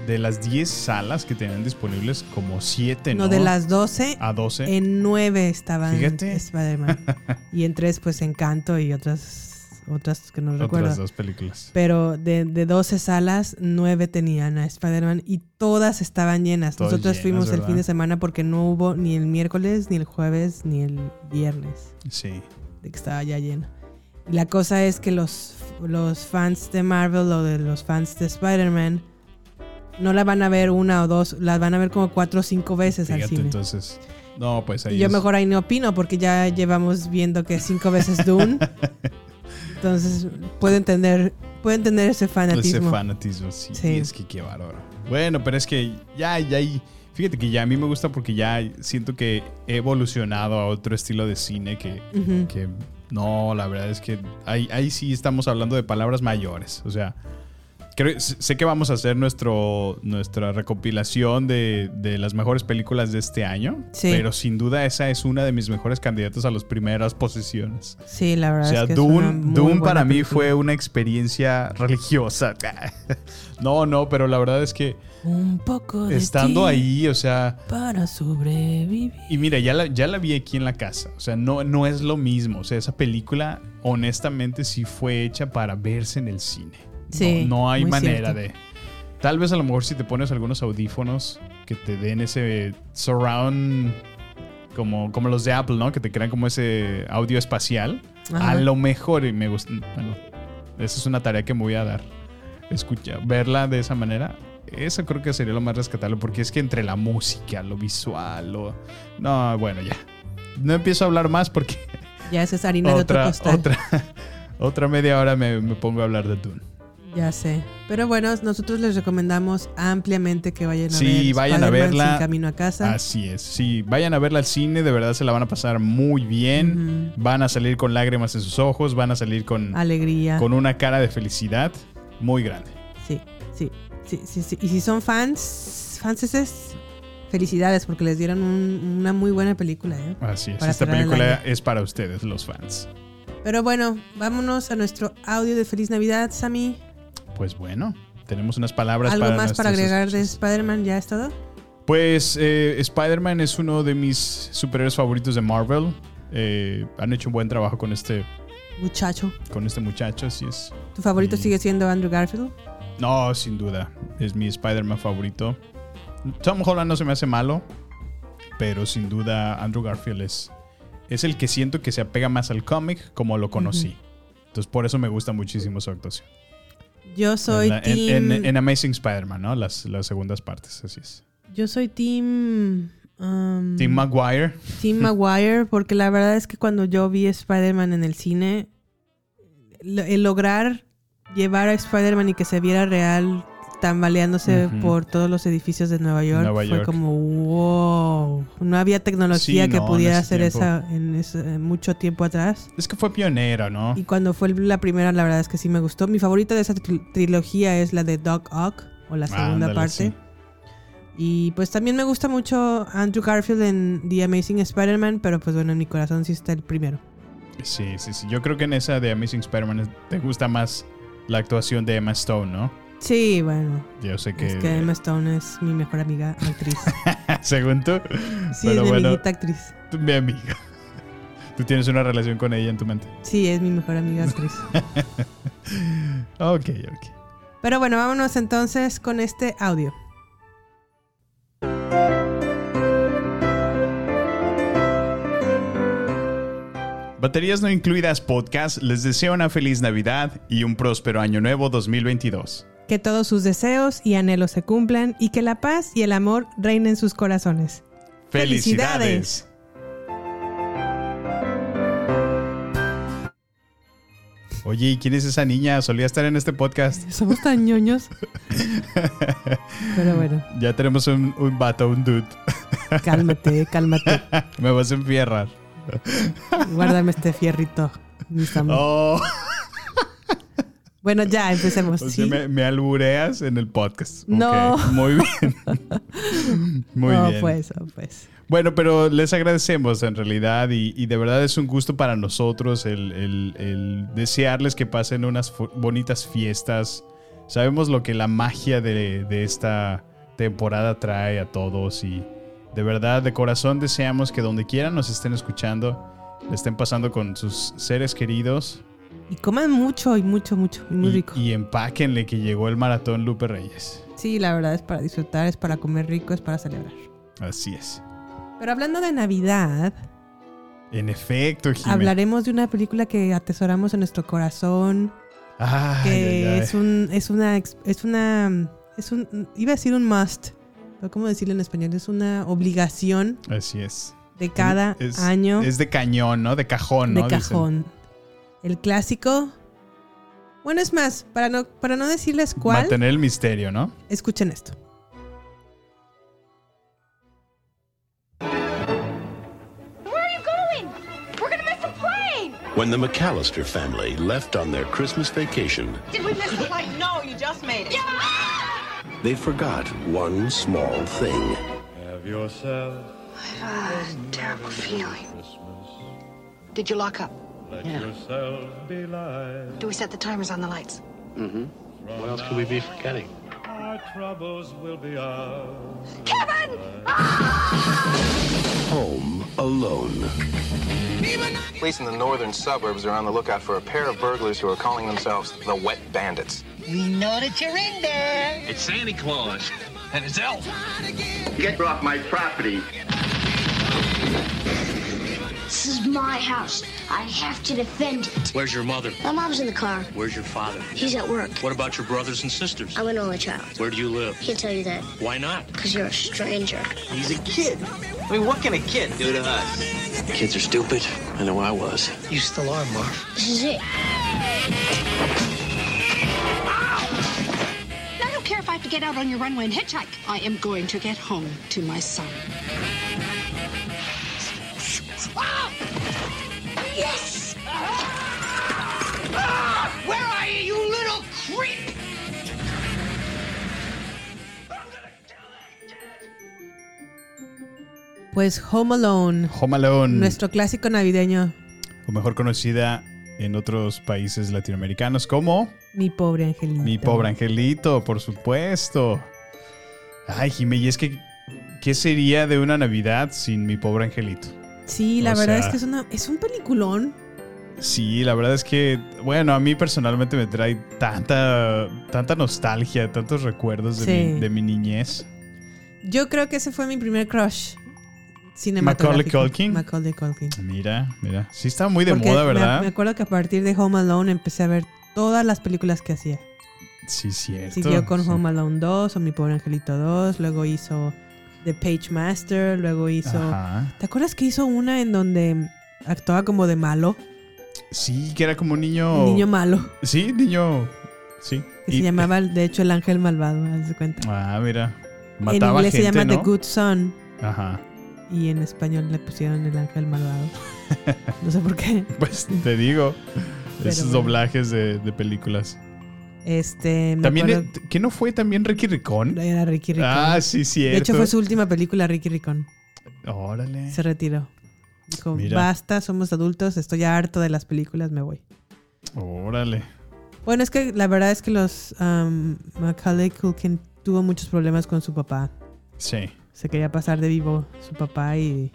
C: de las 10 salas que tenían disponibles, como 7, ¿no?
B: No, de las Eh, 12,
C: A 12.
B: en 9 estaban
C: Fíjate.
B: Spider-Man. y en 3, pues Encanto y otras, otras que no recuerdo.
C: Otras dos películas.
B: Pero de, de 12 salas, 9 tenían a Spider-Man y todas estaban llenas.
C: Todas
B: Nosotros
C: llenas,
B: fuimos el
C: ¿verdad?
B: fin de semana porque no hubo ni el miércoles, ni el jueves, ni el viernes.
C: Sí.
B: De que estaba ya lleno. Y la cosa es que los, los fans de Marvel o de los fans de Spider-Man no la van a ver una o dos, las van a ver como cuatro o cinco veces Pues al
C: Fíjate,
B: cine.
C: entonces. No, pues ahí
B: Y yo
C: es-
B: mejor ahí no opino porque ya llevamos viendo que cinco veces Dune. Entonces puedo entender, puedo entender ese fanatismo.
C: Ese fanatismo, sí,
B: Sí.
C: Es que qué bárbaro. Bueno, pero es que ya, ya, hay- fíjate que ya a mí me gusta porque ya siento que he evolucionado a otro estilo de cine que,
B: Ujú.
C: que no, la verdad es que ahí, ahí sí estamos hablando de palabras mayores. O sea, creo, sé que vamos a hacer nuestro, nuestra recopilación de, de las mejores películas de este año,
B: Sí.
C: pero sin duda esa es una de mis mejores candidatas a las primeras posiciones.
B: Sí,
C: O
B: la verdad
C: sea,
B: es que es
C: Dune,
B: una muy
C: Dune
B: buena
C: para mí
B: película.
C: fue una experiencia religiosa. No, no, pero la verdad es que
B: un poco de
C: estando
B: ti
C: ahí, o sea,
B: para sobrevivir.
C: y mira, ya la, ya la vi aquí en la casa. O sea, no, no es lo mismo. O sea, esa película, honestamente, sí fue hecha para verse en el cine.
B: Sí,
C: no, no hay
B: muy
C: manera de.
B: cierto.
C: Tal vez a lo mejor si te pones algunos audífonos que te den ese surround. Como, como los de Apple, ¿no? Que te crean como ese audio espacial.
B: Ajá.
C: A lo mejor, y me gusta. Bueno, esa es una tarea que me voy a dar. Escucha, verla de esa manera. Eso creo que sería lo más rescatable, porque es que entre la música, lo visual, lo. No, bueno, ya. No empiezo a hablar más porque
B: Ya esa es harina de otro
C: otra,
B: costal.
C: otra, otra media hora me, me pongo a hablar de Dune.
B: Ya sé. Pero bueno, nosotros les recomendamos ampliamente que vayan a ver.
C: Sí, vayan a
B: Spider-Man
C: verla.
B: Sin camino a casa.
C: Así es. Sí, vayan a verla al cine. De verdad se la van a pasar muy bien. Van a salir con lágrimas en sus ojos. Van a salir con,
B: Ah, Alegría.
C: con una cara de felicidad muy grande.
B: Sí, sí, sí, sí, sí. Y si son fans, fanses, felicidades porque les dieron un- una muy buena película. ¿eh?
C: Así es.
B: Para
C: Esta
B: cerrar el
C: película
B: año.
C: es para ustedes, los fans.
B: Pero bueno, vámonos a nuestro audio de Feliz Navidad, Sammy.
C: Pues bueno, tenemos unas palabras
B: ¿Algo
C: para
B: más para
C: nuestros
B: agregar de Spider-Man? ¿Ya es todo?
C: Pues eh, Spider-Man es uno de mis superhéroes favoritos de Marvel. Eh, han hecho un buen trabajo con este,
B: Muchacho.
C: con este muchacho, así es.
B: ¿Tu favorito
C: Y-
B: sigue siendo Andrew Garfield?
C: No, sin duda. Es mi Spider-Man favorito. Tom Holland no se me hace malo, pero sin duda Andrew Garfield es, es el que siento que se apega más al cómic como lo conocí. Entonces por eso me gusta muchísimo su actuación.
B: Yo soy
C: en, la- en-
B: team-
C: en- en Amazing Spider-Man, ¿no? Las, las segundas partes, así es.
B: Yo soy Team. um,
C: Tim Maguire.
B: Team Maguire, porque la verdad es que cuando yo vi Spider-Man en el cine, lo- el lograr llevar a Spider-Man y que se viera real tambaleándose
C: Ujú.
B: por todos los edificios de Nueva York
C: Nueva
B: fue
C: York.
B: como wow. No había tecnología
C: Sí,
B: que
C: no, en
B: pudiera
C: ese
B: hacer
C: tiempo.
B: esa en ese- mucho tiempo atrás.
C: Es que fue pionero, ¿no?
B: Y cuando fue la primera, la verdad es que sí me gustó. Mi favorita de esa tri- trilogía es la de Doc Ock, o la segunda
C: Ándale,
B: parte.
C: sí.
B: Y pues también me gusta mucho Andrew Garfield en The Amazing Spider-Man, pero pues bueno, en mi corazón sí está el primero.
C: Sí, sí, sí. Yo creo que en esa de Amazing Spider-Man es- te gusta más la actuación de Emma Stone, ¿no?
B: Sí, bueno.
C: Yo sé que,
B: Es que Emma Stone es mi mejor amiga actriz.
C: según tú.
B: Sí, es mi amiguita actriz.
C: tú- mi amiga. Tú tienes una relación con ella en tu mente.
B: Sí, es mi mejor amiga actriz.
C: ok, ok.
B: Pero bueno, vámonos entonces con este audio.
C: Baterías no incluidas podcast les desea una feliz Navidad y un próspero año nuevo 2022.
B: Que todos sus deseos y anhelos se cumplan y que la paz y el amor reinen en sus corazones.
C: ¡Felicidades! Oye, ¿y quién es esa niña? Solía estar en este podcast.
B: Somos tan ñoños. Pero bueno,
C: Ya tenemos un, un vato, un dude.
B: cálmate, cálmate.
C: Me vas a enfierrar.
B: Guárdame este fierrito, mi Sammy.
C: Oh.
B: Bueno, ya empecemos.
C: O sea,
B: ¿sí?
C: me, me albureas en el podcast.
B: No.
C: Ok, Muy bien. Muy
B: No,
C: bien.
B: pues, no, pues.
C: Bueno, pero les agradecemos en realidad y, y de verdad es un gusto para nosotros el, el- el desearles que pasen unas fu- bonitas fiestas. Sabemos lo que la magia de, de esta temporada trae a todos y de verdad de corazón deseamos que donde quiera nos estén escuchando, le estén pasando con sus seres queridos
B: Y coman mucho y mucho, mucho. y Muy
C: y,
B: rico.
C: y empáquenle que llegó el maratón Lupe Reyes.
B: Sí, la verdad es para disfrutar, es para comer rico, es para celebrar.
C: Así es.
B: Pero hablando de Navidad,
C: En efecto, Jimena.
B: hablaremos de una película que atesoramos en nuestro corazón.
C: Ay,
B: que
C: ay, ay.
B: es un es una ex- es una es un iba a decir un must pero cómo decirlo en español es una obligación
C: Así es.
B: de cada
C: Es-
B: año
C: Es de cañón, ¿no? De cajón,
B: de
C: ¿no? Dicen.
B: cajón el clásico bueno es más para no para no decirles cuál
C: Mantener el misterio, ¿no?
B: escuchen esto
O: Where are you going? We're gonna miss the plane!
P: When the McAllister family left on their Christmas vacation,
Q: Did we miss the plane? No, you just made it.
P: they forgot one small thing.
M: Have yourself
Q: a terrible feeling. Did you lock up?
M: let yourself be light.
Q: Do we set the timers on the lights?
P: Mm-hmm. What else could we be forgetting?
M: Our troubles will be ours.
Q: Kevin!
P: Home alone.
R: Police in the northern suburbs are on the lookout for a pair of burglars who are calling themselves the Wet Bandits.
O: We know that you're in there!
H: It's Santa Claus. And it's Elf.
S: Get off my property.
O: This is my house. I have to defend it.
H: Where's your mother?
O: My mom's in the car.
H: Where's your father?
O: He's at work.
H: What about your brothers and sisters?
O: I'm an only child.
H: Where do you live?
O: Can't tell you that,
H: Why not?
O: because you're a stranger.
H: He's a kid. I mean, what can a kid do to us? Kids are stupid. I know I was. You still are, Marv.
O: This is it.
Q: get out on your runway and hitchhike. I am going to get home to my son.
M: Yes! Ah! Where are you, you little creep?
B: Pues Home Alone.
C: Home Alone.
B: Nuestro clásico navideño,
C: o mejor conocida en otros países latinoamericanos como
B: mi pobre angelito.
C: Mi pobre angelito, por supuesto. Ay, Jimé, y es que, ¿qué sería de una Navidad sin mi pobre angelito?
B: Sí, la
C: O
B: verdad
C: sea-
B: es que es, una, es un peliculón.
C: Sí, la verdad es que, bueno, a mí personalmente me trae tanta, tanta nostalgia, tantos recuerdos de,
B: Sí.
C: mi, de mi niñez.
B: Yo creo que ese fue mi primer crush
C: Macaulay
B: cinematográfico.
C: Culkin.
B: Macaulay Culkin.
C: Mira, mira. Sí, está muy de
B: Porque
C: moda,
B: me-
C: ¿verdad?
B: Me, acuerdo que a partir de Home Alone empecé a ver todas las películas que hacía.
C: Sí, cierto.
B: Siguió con
C: Sí.
B: Home Alone 2 o Mi Pobre Angelito 2, luego hizo The Page Master, luego hizo...
C: Ajá.
B: ¿Te acuerdas que hizo una en donde actuaba como de malo?
C: Sí, que era como un niño.
B: Un niño malo.
C: Sí, niño. Sí.
B: Que
C: Oh. Y-
B: se llamaba, de hecho, El Ángel Malvado, haz de cuenta.
C: Ah, mira.
B: en
C: Mataba
B: inglés
C: gente,
B: se llama
C: ¿no?
B: The Good Son
C: Ajá.
B: y en español le pusieron El Ángel Malvado. No sé por qué.
C: Pues te digo.
B: Pero
C: esos
B: bueno.
C: doblajes de, de películas.
B: Este, me
C: También,
B: acuerdo-
C: eh, ¿qué no fue también Ricky Ricón?
B: Era Ricky Ricón.
C: Ah, sí, cierto.
B: De hecho, fue su última película, Ricky Ricón.
C: Órale.
B: Se retiró. Dijo,
C: Mira.
B: basta, somos adultos, estoy harto de las películas, me voy.
C: Órale.
B: Bueno, es que la verdad es que los um, Macaulay Culkin tuvo muchos problemas con su papá.
C: Sí.
B: Se quería pasar de vivo su papá y,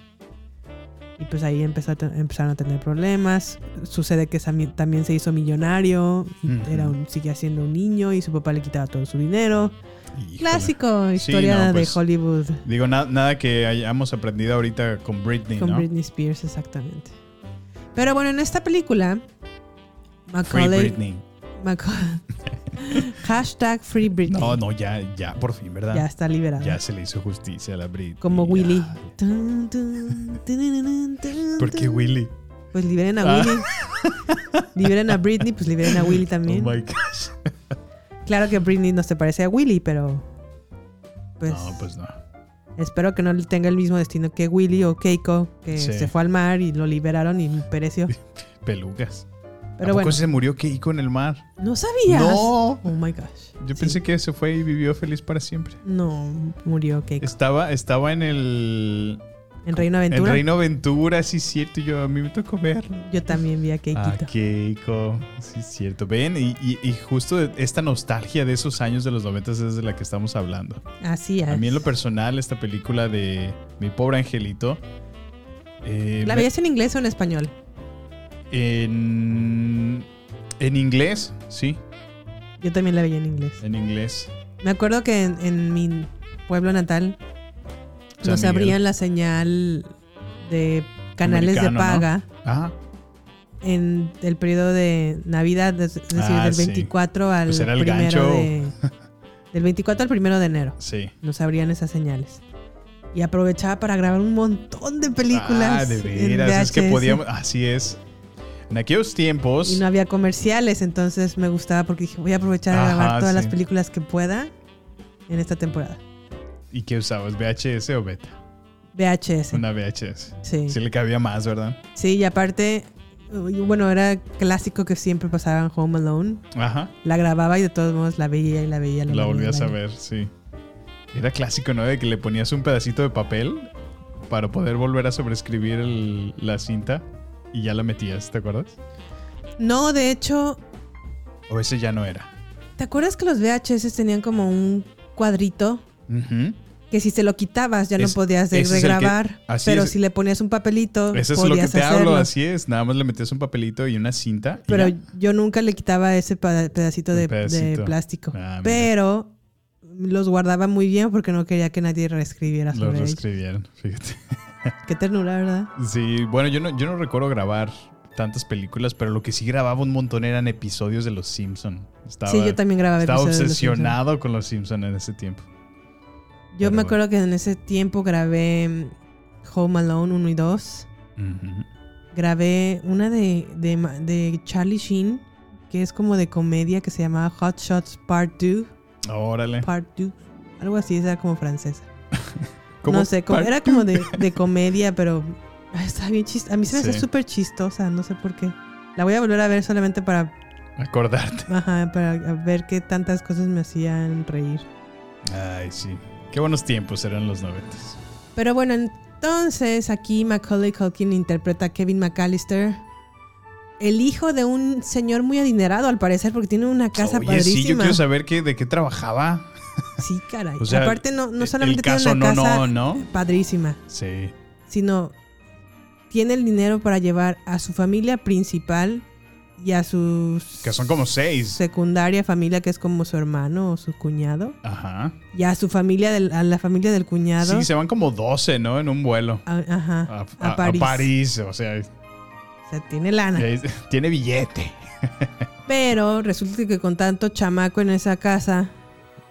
B: y pues ahí empezó a te- empezaron a tener problemas. Sucede que sami- también se hizo millonario, y
C: Ujú.
B: era un, seguía siendo un niño y su papá le quitaba todo su dinero.
C: Híjole.
B: Clásico,
C: Sí,
B: historia
C: no,
B: de
C: pues,
B: Hollywood
C: Digo, na- nada que hayamos aprendido ahorita con Britney,
B: con
C: ¿no?
B: Britney Spears, exactamente. Pero bueno, en esta película,
C: Free
B: Macaulay...
C: Britney.
B: Maca- Hashtag Free Britney.
C: No, no, ya, ya, por fin, ¿verdad?
B: Ya está liberada.
C: Ya se le hizo justicia a la Britney.
B: Como Willy. Tun, tun, tun, tun, tun,
C: ¿Por qué
B: tun.
C: Willy?
B: Pues liberen a
C: Ah.
B: Willy. liberen a Britney, pues liberen a Willy también.
C: Oh my gosh.
B: Claro que Britney no se parece a Willy, pero pues
C: No, pues no.
B: espero que no tenga el mismo destino que Willy o Keiko, que
C: Sí.
B: se fue al mar y lo liberaron y pereció.
C: Pelucas.
B: Pero
C: ¿A poco
B: bueno.
C: se murió Keiko en el mar?
B: ¿No sabías?
C: No.
B: Oh my gosh.
C: Yo pensé que se fue y vivió feliz para siempre.
B: No, murió Keiko.
C: Estaba, estaba en el.
B: En Reino Aventura.
C: En Reino Aventura, sí, cierto. y Yo, a mí me tocó verlo.
B: Yo también vi a
C: Ah,
B: Keikito.
C: Keiko. Sí, es cierto. Ven, y, y- y justo esta nostalgia de esos años de los 90 es de la que estamos hablando.
B: Así es.
C: A mí, en lo personal, esta película de Mi pobre angelito. eh,
B: ¿La
C: me-
B: veías en inglés o en español?
C: en, en inglés, sí,
B: Yo también la veía en inglés.
C: en inglés.
B: Me acuerdo que en, en mi pueblo natal
C: San
B: nos
C: Miguel.
B: abrían la señal de canales de
C: Americano, ¿no?
B: paga
C: Ajá.
B: en el periodo de Navidad, es es decir,
C: Ah,
B: del
C: sí.
B: 24 al
C: Pues era el
B: primero
C: gancho.
B: de, del 24 al primero de enero.
C: Sí.
B: Nos abrían esas señales. Y aprovechaba para grabar un montón de películas.
C: Ah, de
B: en
C: veras, es que
B: VHS.
C: podíamos. Así es. En aquellos tiempos.
B: Y no había comerciales, entonces me gustaba porque dije, voy a aprovechar a
C: Ajá,
B: grabar todas las
C: sí.
B: películas que pueda en esta temporada.
C: ¿Y qué usabas? ¿VHS o beta?
B: VHS.
C: Una VHS.
B: Sí.
C: Sí le cabía más, ¿verdad?
B: Sí, y aparte, uy, bueno, era clásico que siempre pasaban Home Alone.
C: Ajá.
B: La grababa y de todos modos la veía y la veía. La,
C: La
B: veía,
C: volvías
B: la
C: a
B: veía.
C: ver, sí. Era clásico, ¿no? De que le ponías un pedacito de papel para poder volver a sobreescribir el- la cinta y ya la metías, ¿te acuerdas?
B: No, de hecho,
C: O ese ya no era.
B: ¿te acuerdas que los VHS tenían como un cuadrito
C: Ujú.
B: que si se lo quitabas ya no
C: Es-
B: podías de-
C: ese es el que-
B: regrabar?
C: así
B: pero
C: es.
B: si le ponías un papelito,
C: Eso es
B: podías
C: lo que te
B: hacerlo.
C: hablo, así es. Nada más le metías un papelito y una cinta. y
B: Pero
C: ya.
B: yo nunca le quitaba ese pa- pedacito
C: Un
B: de, de
C: pedacito.
B: plástico.
C: Ah, mira.
B: pero los guardaba muy bien porque no quería que nadie reescribiera
C: lo
B: sobre ellos.
C: reescribieron, fíjate.
B: Qué ternura, ¿verdad?
C: Sí, bueno, yo no, yo no recuerdo grabar tantas películas, pero lo que sí grababa un montón eran episodios de Los Simpson. Estaba,
B: Sí, yo también grababa
C: Estaba
B: episodios de Los
C: obsesionado con Los Simpson en ese tiempo.
B: Yo
C: Pero
B: me
C: bueno.
B: acuerdo que en ese tiempo grabé mm, Home Alone 1 y 2.
C: Ujú.
B: Grabé una de, de, Ma- de Charlie Sheen, que es como de comedia, que se llamaba Hot Shots Part 2.
C: Órale.
B: Partout. Algo así, era como francesa.
C: ¿Cómo?
B: No sé, como- era
C: Partout.
B: como de, de comedia, pero ay, está bien chis- A mí se me
C: Sí.
B: hace súper chistosa, no sé por qué. La voy a volver a ver solamente para,
C: Acordarte.
B: ajá, para ver qué tantas cosas me hacían reír.
C: Ay, sí. Qué buenos tiempos eran los noventas.
B: Pero bueno, entonces aquí Macaulay Culkin interpreta a Kevin McAllister, el hijo de un señor muy adinerado al parecer, porque tiene una casa
C: Oye,
B: padrísima.
C: sí, yo quiero saber qué, de qué trabajaba.
B: Sí, caray.
C: O sea,
B: Aparte no,
C: el-
B: no
C: el
B: solamente tiene
C: caso
B: una
C: no,
B: casa
C: no, no.
B: padrísima,
C: Sí.
B: sino tiene el dinero para llevar a su familia principal y a su
C: Que son como seis.
B: secundaria familia que es como su hermano o su cuñado
C: Ajá.
B: y a su familia del- a la familia del cuñado
C: Sí, se van como 12, ¿no? En un vuelo.
B: A- ajá,
C: A,
B: a
C: a- a
B: París.
C: París, o sea,
B: O sea, tiene lana.
C: eh, tiene billete.
B: Pero resulta que con tanto chamaco en esa casa,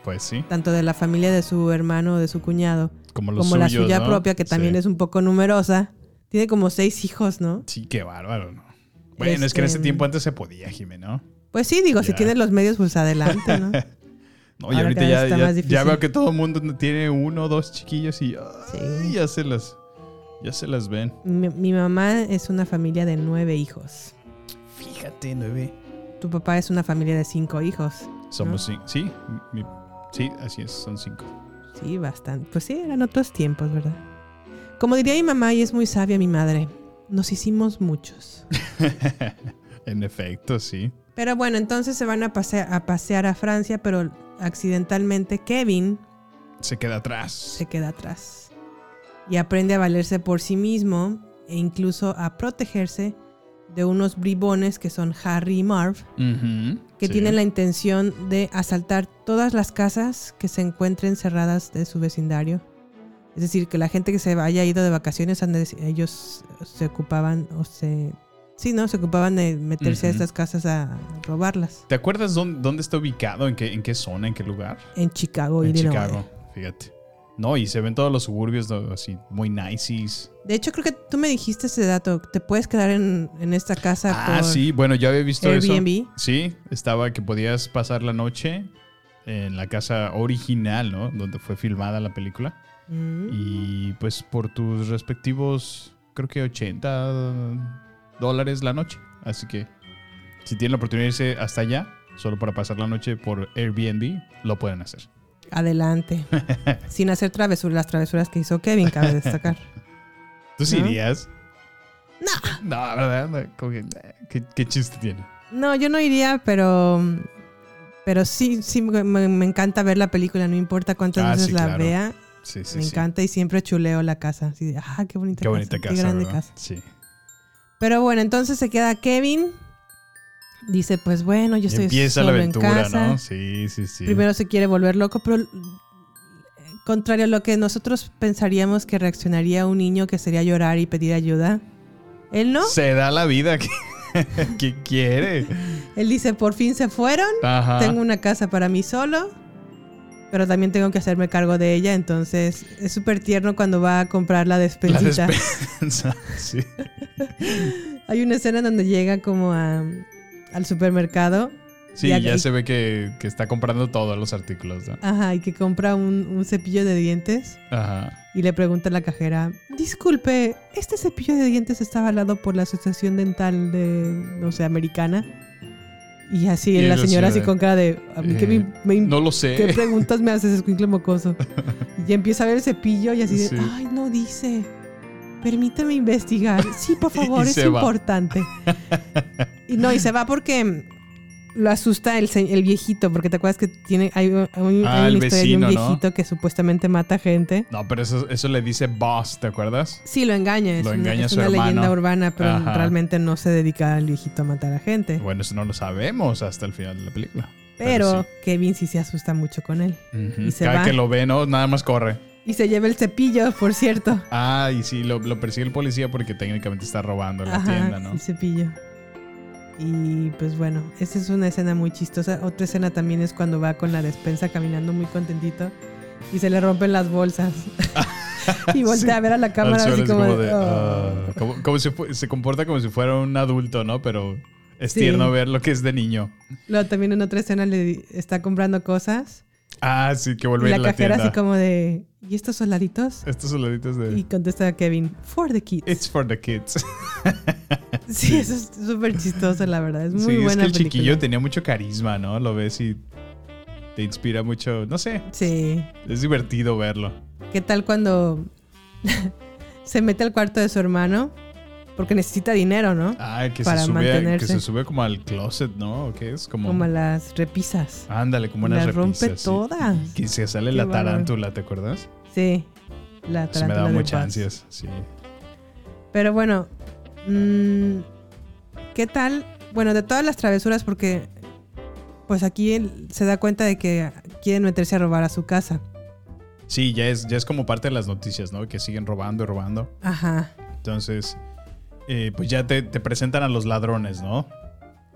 C: Pues sí.
B: tanto de la familia de su hermano o de su cuñado,
C: Como los
B: la
C: suyos,
B: suya
C: ¿no?
B: propia, que también
C: Sí.
B: es un poco numerosa, tiene como seis hijos, ¿no?
C: Sí, qué bárbaro, ¿no? Bueno, es que en
B: Este,
C: ese tiempo antes se podía, Jimeno.
B: Pues sí, digo, si
C: Ya.
B: tienes los medios, pues adelante, ¿no?
C: No, y
B: Ahora
C: ahorita
B: cada
C: ya,
B: vez está
C: ya-
B: más
C: ya
B: difícil.
C: veo que todo el mundo tiene uno o dos chiquillos y ay, ya se las ya se las ven.
B: mi, mi mamá es una familia de nueve hijos.
C: Fíjate, nueve.
B: Tu papá es una familia de cinco hijos.
C: Somos cinco. Sí, mi- sí, así es, son cinco.
B: Sí, bastante. Pues sí, eran otros tiempos, ¿verdad? Como diría mi mamá, y es muy sabia mi madre, nos hicimos muchos.
C: en efecto, sí.
B: Pero bueno, entonces se van a, pasea- a pasear a Francia, pero accidentalmente Kevin
C: Se queda atrás.
B: se queda atrás y aprende a valerse por sí mismo e incluso a protegerse de unos bribones que son Harry y Marv,
C: Ujú,
B: que
C: sí.
B: tienen la intención de asaltar todas las casas que se encuentren cerradas de su vecindario. Es decir, que la gente que se haya ido de vacaciones, han de- ellos se ocupaban o se... Sí, ¿no? Se ocupaban de meterse a
C: Ujú.
B: estas casas a robarlas.
C: ¿Te acuerdas dónde, dónde está ubicado? ¿En qué, ¿En qué zona? ¿En qué lugar?
B: En Chicago,
C: en
B: Illinois.
C: Chicago, fíjate. No, y se ven todos los suburbios ¿no? así muy nices.
B: De hecho, creo que tú me dijiste ese dato. Te puedes quedar en, en esta casa
C: Ah,
B: por-
C: sí, bueno, yo había visto
B: Airbnb.
C: eso. Sí, estaba que podías pasar la noche en la casa original, ¿no? Donde fue filmada la película.
B: Mm.
C: Y pues por tus respectivos, creo que 80 dólares la noche. Así que si tienen la oportunidad de irse hasta allá, solo para pasar la noche por Airbnb, lo pueden hacer.
B: Adelante. Sin hacer travesuras, las travesuras que hizo Kevin, cabe destacar.
C: ¿Tú sí
B: ¿No?
C: irías? No. No, ¿verdad? No, como que, eh, ¿Qué, qué chiste tiene?
B: No, yo no iría, pero. Pero sí, sí, me, me encanta ver la película, no importa cuántas
C: Ah,
B: veces
C: sí,
B: la
C: claro.
B: vea.
C: Sí, sí,
B: me
C: sí.
B: encanta y siempre chuleo la casa. Así de, ah, qué bonita
C: Qué bonita casa.
B: Qué grande
C: ¿verdad?
B: casa.
C: Sí.
B: Pero bueno, entonces se queda Kevin. Dice, pues bueno, yo estoy
C: Empieza la
B: solo en
C: aventura,
B: casa.
C: ¿no? Sí, sí, sí.
B: Primero se quiere volver loco, pero eh, contrario a lo que nosotros pensaríamos que reaccionaría un niño que sería llorar y pedir ayuda, él no.
C: Se da la vida que, que quiere.
B: Él dice, por fin se fueron,
C: Ajá.
B: tengo una casa para mí solo, pero también tengo que hacerme cargo de ella, entonces es súper tierno cuando va a comprar la
C: La
B: despensita.
C: despensa. Sí.
B: Hay una escena donde llega como a- al supermercado.
C: Sí,
B: y a-
C: ya
B: y-
C: se ve que, que está comprando todos los artículos, ¿no?
B: Ajá, y que compra un- un cepillo de dientes.
C: Ajá.
B: Y le pregunta a la cajera, disculpe, ¿este cepillo de dientes está avalado por la Asociación Dental de, no sé, americana? Y así
C: Y
B: la
C: la
B: señora así
C: señora,
B: con cara de, "¿A mí qué me-
C: eh,
B: me-
C: no lo sé".
B: ¿Qué preguntas me haces, escuincle mocoso? Y ya empieza a ver el cepillo y así de,
C: Sí.
B: ay, no dice. Permítame investigar. Sí, por
C: Y- y
B: favor, es
C: se va.
B: importante. y no, y se va porque lo asusta el, se- el viejito, porque te acuerdas que tiene, hay, un- hay un-
C: Ah,
B: hay
C: el
B: una historia de
C: vecino,
B: un
C: ¿no?
B: viejito que supuestamente mata gente.
C: No, pero eso, eso le dice boss, ¿te acuerdas?
B: Sí, lo engaña. Es
C: Lo
B: una,
C: engaña
B: es
C: su
B: una
C: hermano.
B: leyenda urbana, pero
C: Ajá.
B: realmente no se dedica al viejito a matar a gente.
C: Bueno, eso no lo sabemos hasta el final de la película.
B: pero
C: sí.
B: Kevin sí se asusta mucho con él.
C: Ujú.
B: Y se
C: Cada
B: va.
C: que lo ve, ¿no? Nada más corre.
B: Y se lleva el cepillo, por cierto.
C: Ah, y sí, lo, lo persigue el policía porque técnicamente está robando la
B: Ajá,
C: tienda, ¿no?
B: El cepillo. Y pues bueno, esa es una escena muy chistosa. Otra escena también es cuando va con la despensa caminando muy contentito y se le rompen las bolsas. y voltea a ver a la cámara
C: Al suelo
B: así
C: es
B: como, de, "Oh".
C: ah, como- como si fu- se comporta como si fuera un adulto, ¿no? Pero es
B: Sí.
C: tierno ver lo que es de niño.
B: Luego también en otra escena le di- está comprando cosas
C: Ah, sí, que
B: Y
C: volví
B: la
C: a la
B: cajera
C: tienda.
B: así como de, ¿y estos soldaditos?
C: Estos soldaditos de...
B: Y contesta Kevin, for the kids.
C: It's for the kids.
B: Sí, eso es súper chistoso, la verdad. Es muy
C: sí,
B: buena
C: es que el
B: película.
C: chiquillo tenía mucho carisma, ¿no? Lo ves y te inspira mucho. No sé.
B: Sí.
C: Es divertido verlo.
B: ¿Qué tal cuando se mete al cuarto de su hermano? Porque necesita dinero, ¿no?
C: Ah, que
B: Para
C: se sube,
B: mantenerse.
C: que se sube como al closet, ¿no? ¿O qué es? Como,
B: Como las repisas.
C: Ándale, como unas
B: Las rompe
C: repisas, sí.
B: todas.
C: Y que se sale
B: Qué
C: la
B: bárbaro.
C: tarántula, ¿te acuerdas?
B: Sí. La
C: Ah. Se me
B: tarántula
C: daba
B: de
C: muchas
B: Buzz.
C: ansias, sí.
B: Pero bueno, mm, ¿qué tal? Bueno, de todas las travesuras, porque pues aquí él se da cuenta de que quieren meterse a robar a su casa.
C: Sí, ya es, ya es como parte de las noticias, ¿no? Que siguen robando y robando.
B: Ajá,
C: Entonces, eh, pues ya te, te presentan a los ladrones, ¿no?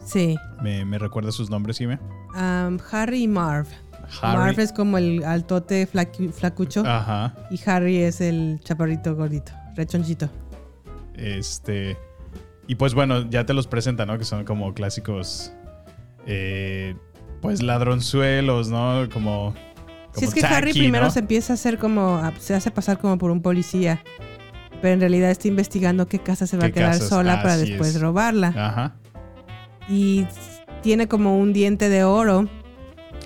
B: sí.
C: ¿Me, me recuerdas sus nombres, Jimé?
B: Am, Harry y Marv.
C: Harry. Ah.
B: Marv es como el altote flacu- flacucho.
C: Ajá.
B: Y Harry es el chaparrito gordito, rechonchito.
C: Este. Y pues bueno, ya te los presentan, ¿no? Que son como clásicos. eh, pues ladronzuelos, ¿no? Como.
B: Si es
C: como
B: que Harry
C: tacky,
B: primero
C: ¿no?
B: se empieza a hacer como, a- se hace pasar como por un policía, pero en realidad está investigando qué casa se va a
C: ¿Qué
B: quedar
C: casas?
B: sola para
C: Así
B: después
C: es. Ah.
B: robarla.
C: Ajá.
B: Y tiene como un diente de oro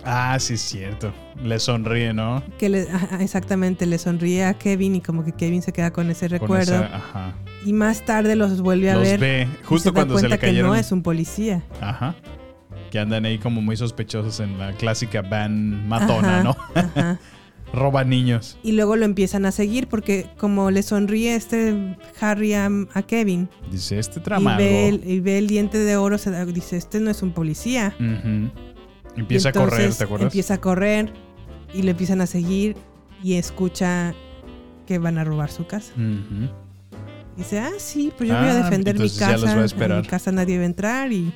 C: Ah, sí, es cierto. Le sonríe, ¿no?
B: que le- ajá, exactamente le sonríe a Kevin y como que Kevin se queda con ese
C: Con
B: recuerdo.
C: esa- ajá.
B: Y más tarde los vuelve a
C: Los
B: ver.
C: ve,
B: y
C: justo
B: da
C: cuando se le
B: cuenta que
C: cayeron.
B: no es un policía.
C: Ajá. Que andan ahí como muy sospechosos en la clásica van matona,
B: Ajá,
C: ¿no? Roba niños.
B: Y luego lo empiezan a seguir porque como le sonríe este Harry a, a Kevin
C: Dice, este
B: y
C: trama
B: ve, el, y ve el diente de oro, se da- dice, este no es un policía.
C: Empieza
B: Y
C: a correr,
B: entonces
C: ¿te acuerdas?
B: Empieza a correr y lo empiezan a seguir y escucha que van a robar su casa.
C: Ujú.
B: Dice, ah, sí, pues yo voy a
C: Ah,
B: defender mi
C: entonces ya
B: casa.
C: los va a
B: en
C: esperar.
B: mi casa nadie va a entrar y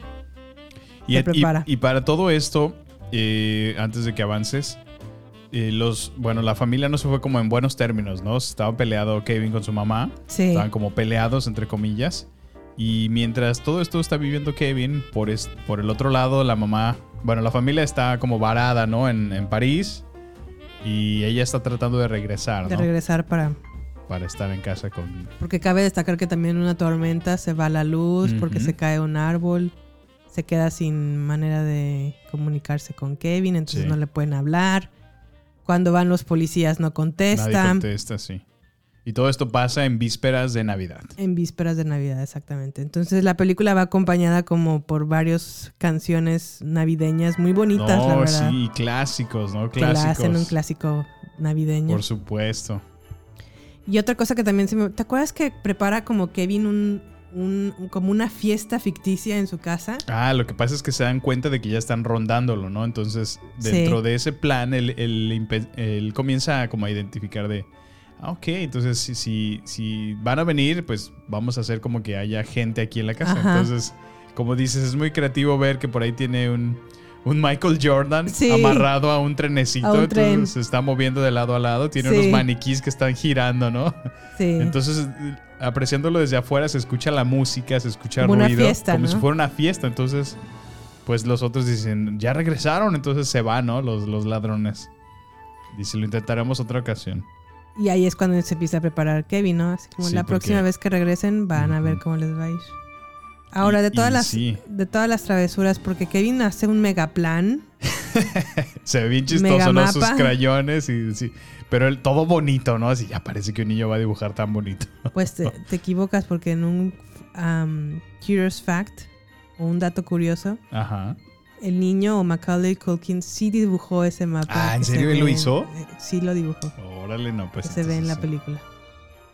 C: Y,
B: Se
C: y-
B: prepara.
C: y para todo esto, eh, antes de que avances, eh, los, bueno, la familia no se fue como en buenos términos, ¿no? Estaba peleado Kevin Ah, con su mamá.
B: Sí.
C: Estaban como peleados, entre comillas. Y mientras todo esto está viviendo Kevin, por, es- por el otro lado, la mamá, bueno, la familia está como varada, ¿no? En, en París. Y ella está tratando de regresar,
B: de
C: ¿no?
B: regresar para...
C: Para estar en casa con...
B: Porque cabe destacar que también en una tormenta se va la luz porque
C: Ujú.
B: se cae un árbol, se queda sin manera de comunicarse con Kevin, entonces
C: Sí.
B: no le pueden hablar. Cuando van los policías no
C: Nadie
B: contestan.
C: contesta, sí. Y todo esto pasa en vísperas de Navidad.
B: En vísperas de Navidad, exactamente. Entonces la película va acompañada como por varias canciones navideñas muy bonitas, la
C: No,
B: verdad.
C: sí, clásicos, ¿no?
B: que la
C: Clásicos.
B: hacen un clásico navideño.
C: Por supuesto.
B: Y otra cosa que también se me... ¿Te acuerdas que prepara como Kevin un, un- como una fiesta ficticia en su casa?
C: Ah, lo que pasa es que se dan cuenta de que ya están rondándolo, ¿no? Entonces,
B: Sí.
C: dentro de ese plan, él, él impe- él comienza como a identificar de, ah, ok, entonces si, si, si van a venir, pues vamos a hacer como que haya gente aquí en la casa.
B: Ajá.
C: Entonces, como dices, es muy creativo ver que por ahí tiene un, un Michael Jordan
B: Sí.
C: amarrado a un trenecito,
B: A un
C: entonces
B: tren.
C: se está moviendo de lado a lado, tiene
B: Sí.
C: unos maniquís que están girando, ¿no?
B: Sí.
C: Entonces, eh, apreciándolo desde afuera, se escucha la música, se escucha
B: Como una
C: ruido,
B: fiesta,
C: como
B: ¿no?
C: si fuera una fiesta. Entonces, pues los otros dicen, ya regresaron, entonces se van, ¿no? Los, los ladrones. Dice, lo intentaremos otra ocasión.
B: Y ahí es cuando se empieza a preparar Kevin, ¿no? Así como
C: Sí,
B: la
C: porque-
B: próxima vez que regresen van a ver cómo les va a ir. Ahora,
C: Y-
B: de todas
C: y
B: las
C: sí.
B: de todas las travesuras, porque Kevin hace un megaplan.
C: Se ve bien chistoso, ¿no?
B: Megamapa.
C: Sus crayones y sí. Pero el, todo bonito, ¿no? Así ya parece que un niño va a dibujar tan bonito.
B: Pues te, te equivocas porque en un um, curious fact o un dato curioso,
C: Ajá.
B: el niño o Macaulay Culkin sí dibujó ese mapa.
C: Ah, ¿en
B: que se
C: serio él
B: ve
C: lo
B: en-
C: hizo?
B: eh, Sí lo dibujó.
C: Órale, no, pues.
B: que se ve en la
C: entonces,
B: película.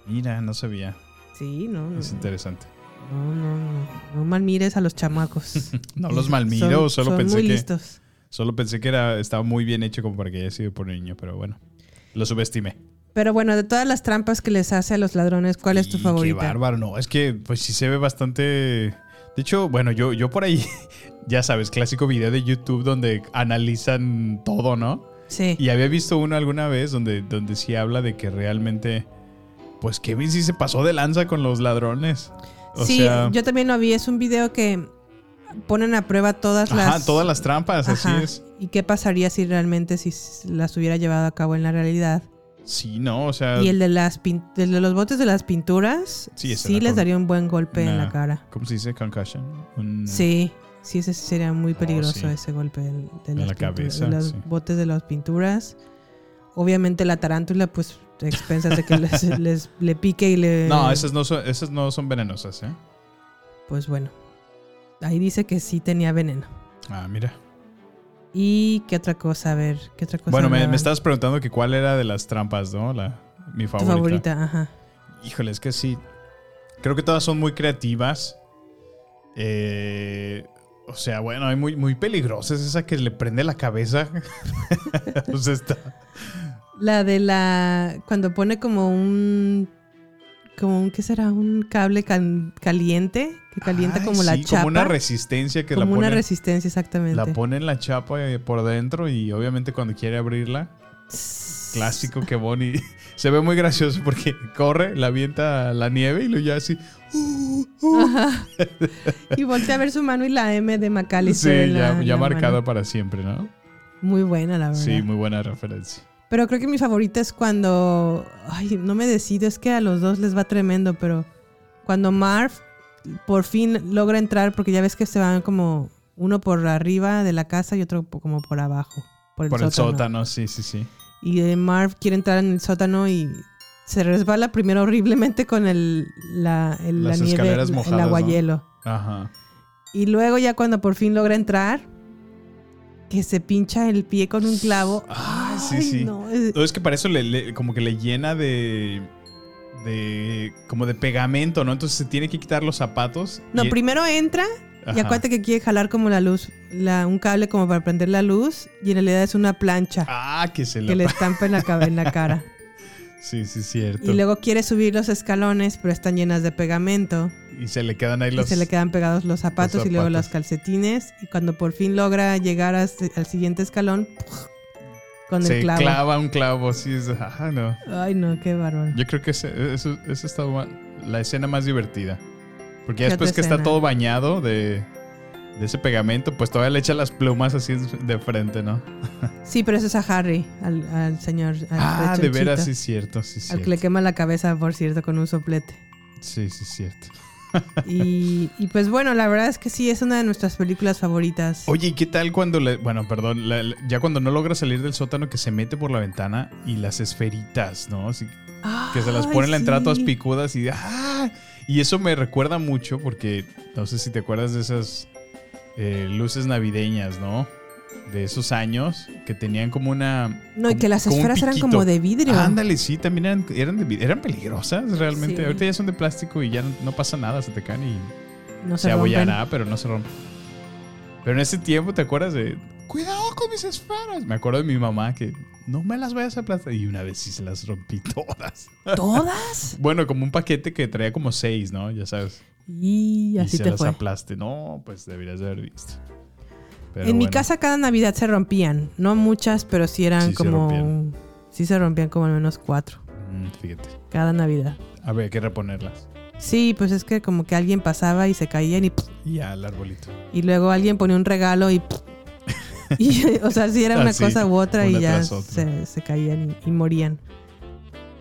C: sí. Mira, no sabía.
B: Sí, no. no,
C: Es interesante.
B: No, no, no. No malmires a los chamacos.
C: No los malmiro,
B: Son-
C: solo
B: son
C: pensé
B: muy
C: que.
B: listos.
C: Solo pensé que era, estaba muy bien hecho como para que haya sido por niño, pero bueno. Lo subestimé.
B: Pero bueno, de todas las trampas que les hace a los ladrones, ¿cuál es tu
C: Y
B: favorita?
C: Qué bárbaro, no, es que pues sí se ve bastante. De hecho, bueno, yo, yo por ahí, ya sabes, clásico video de YouTube donde analizan todo, ¿no?
B: Sí.
C: Y había visto uno alguna vez donde, donde sí habla de que realmente, pues Kevin sí se pasó de lanza con los ladrones. O
B: sí,
C: sea,
B: yo también lo vi. Es un video que ponen a prueba todas las.
C: ajá, todas las trampas,
B: Ajá.
C: así es.
B: ¿Y qué pasaría si realmente si s- las hubiera llevado a cabo en la realidad?
C: Sí, no, o sea.
B: y el de las pin- el de los botes de las pinturas
C: Ah. Sí,
B: sí,
C: esa era
B: les
C: con-
B: daría un buen golpe en
C: una-
B: la cara.
C: ¿Cómo se dice? Concussion. Un-
B: Sí, sí, ese sería muy
C: Oh,
B: peligroso
C: sí.
B: ese golpe del- de,
C: En
B: las
C: la
B: pintu-
C: cabeza,
B: de los
C: sí.
B: botes de las pinturas. Obviamente la tarántula, pues, a expensas de que les, les- le pique y le...
C: No, esas no son, esas no son venenosas, ¿eh?
B: Pues bueno, ahí dice que sí tenía veneno.
C: Ah, mira.
B: ¿Y qué otra cosa? A ver, ¿qué otra cosa?
C: Bueno, me,
B: hablaba?
C: me estabas preguntando que cuál era de las trampas, ¿no? La, mi
B: Tu
C: favorita.
B: favorita, ajá.
C: Híjole, es que sí. Creo que todas son muy creativas. Eh, o sea, bueno, hay muy, muy peligrosas. Esa que le prende la cabeza. o sea, está.
B: La de la. Cuando pone como un. Como un. ¿Qué será? Un cable can- caliente. Que calienta
C: Ay,
B: como la
C: sí,
B: chapa.
C: Como una resistencia que la
B: Como
C: pone.
B: una resistencia, exactamente.
C: La pone en la chapa eh, por dentro y obviamente cuando quiere abrirla, clásico que Bonnie se ve muy gracioso porque corre, la avienta a la nieve y luego ya así. uh,
B: Ajá. Y voltea a ver su mano y la M de
C: Sí,
B: McAllister. en la-
C: ya,
B: en
C: ya
B: la
C: marcado
B: mano.
C: para siempre, ¿no?
B: Muy buena, la verdad.
C: Sí, muy buena referencia.
B: Pero creo que mi favorita es cuando. Ay, no me decido, es que a los dos les va tremendo, pero cuando Marv por fin logra entrar, porque ya ves que se van como uno por arriba de la casa y otro po- como por abajo, por el,
C: Por el
B: sótano.
C: sótano, sí, sí, sí.
B: Y eh, Marv quiere entrar en el sótano y se resbala primero horriblemente con el, la, el-
C: Las
B: la nieve,
C: escaleras
B: el-
C: mojadas,
B: el
C: ¿no?
B: aguayelo.
C: Ajá.
B: Y luego ya cuando por fin logra entrar, que se pincha el pie con un clavo.
C: Ah, sí,
B: Ay,
C: sí.
B: no,
C: No,
B: es-
C: es... que para eso le, le- como que le llena de. de. como de pegamento, ¿no? Entonces se tiene que quitar los zapatos.
B: No,
C: y-
B: primero entra y
C: Ajá.
B: acuérdate que quiere jalar como la luz, la, un cable como para prender la luz y en realidad es una plancha
C: Ah, que se
B: que
C: le.
B: le estampa en la, ca- en la cara.
C: Sí, sí, cierto.
B: Y luego quiere subir los escalones pero están llenas de pegamento
C: Y se le quedan ahí
B: y
C: los.
B: se le quedan pegados los zapatos, y luego
C: zapatos.
B: los calcetines y cuando por fin logra llegar hasta- al siguiente escalón ¡puf! con
C: se
B: el clavo.
C: clava un clavo, sí. Es, ah, no.
B: Ay no, qué bárbaro.
C: Yo creo que ese- eso, esa está ma- la escena más divertida. Porque ya
B: ¿Qué
C: después
B: otra
C: que está
B: escena?
C: todo bañado de, de ese pegamento, pues todavía le echa las plumas así de frente, ¿no?
B: Sí, pero eso es a Harry, al, al señor. al
C: Ah, de
B: rechonchito.
C: veras, sí, cierto, sí,
B: Al que le
C: cierto.
B: quema la cabeza, por cierto, con un soplete.
C: Sí, sí, cierto.
B: Y, y pues bueno, la verdad es que sí, es una de nuestras películas favoritas.
C: Oye, ¿y qué tal cuando le. Bueno, perdón, la- la- ya cuando no logra salir del sótano, que se mete por la ventana y las esferitas, ¿no? Así que se las
B: Ay,
C: pone en la entrada todas
B: sí.
C: picudas y. ¡ah! Y eso me recuerda mucho porque no sé si te acuerdas de esas eh, luces navideñas, ¿no? De esos años que tenían como una.
B: No, y
C: como-
B: que las
C: como un
B: esferas eran
C: piquito.
B: como de vidrio.
C: Ándale, sí, también eran, eran, de vid- eran peligrosas realmente.
B: Sí.
C: Ahorita ya son de plástico y ya no, no pasa nada, se te caen y
B: No se
C: se
B: rompen.
C: abollana, pero no se rompe. Pero en ese tiempo, ¿te acuerdas de...? Cuidado con mis esferas. Me acuerdo de mi mamá que no me las vayas a aplastar. Y una vez sí se las rompí todas.
B: ¿Todas?
C: bueno, como un paquete que traía como seis, ¿no? Ya sabes.
B: Y así
C: se
B: te
C: las
B: fue.
C: aplaste. No, pues deberías de haber visto. Pero
B: En mi
C: bueno.
B: casa cada Navidad se rompían. No muchas, pero sí eran
C: Sí se
B: como.
C: rompían.
B: sí se rompían como al menos cuatro.
C: Mm, fíjate.
B: Cada Navidad.
C: Habría que reponerlas.
B: Sí, pues es que como que alguien pasaba y se caían y. ¡pum!
C: Y al arbolito.
B: Y luego alguien ponía un regalo y. y, o sea, si era una
C: Así,
B: cosa u otra y
C: Ah, una
B: ya
C: tras otra.
B: se, se caían y, y morían.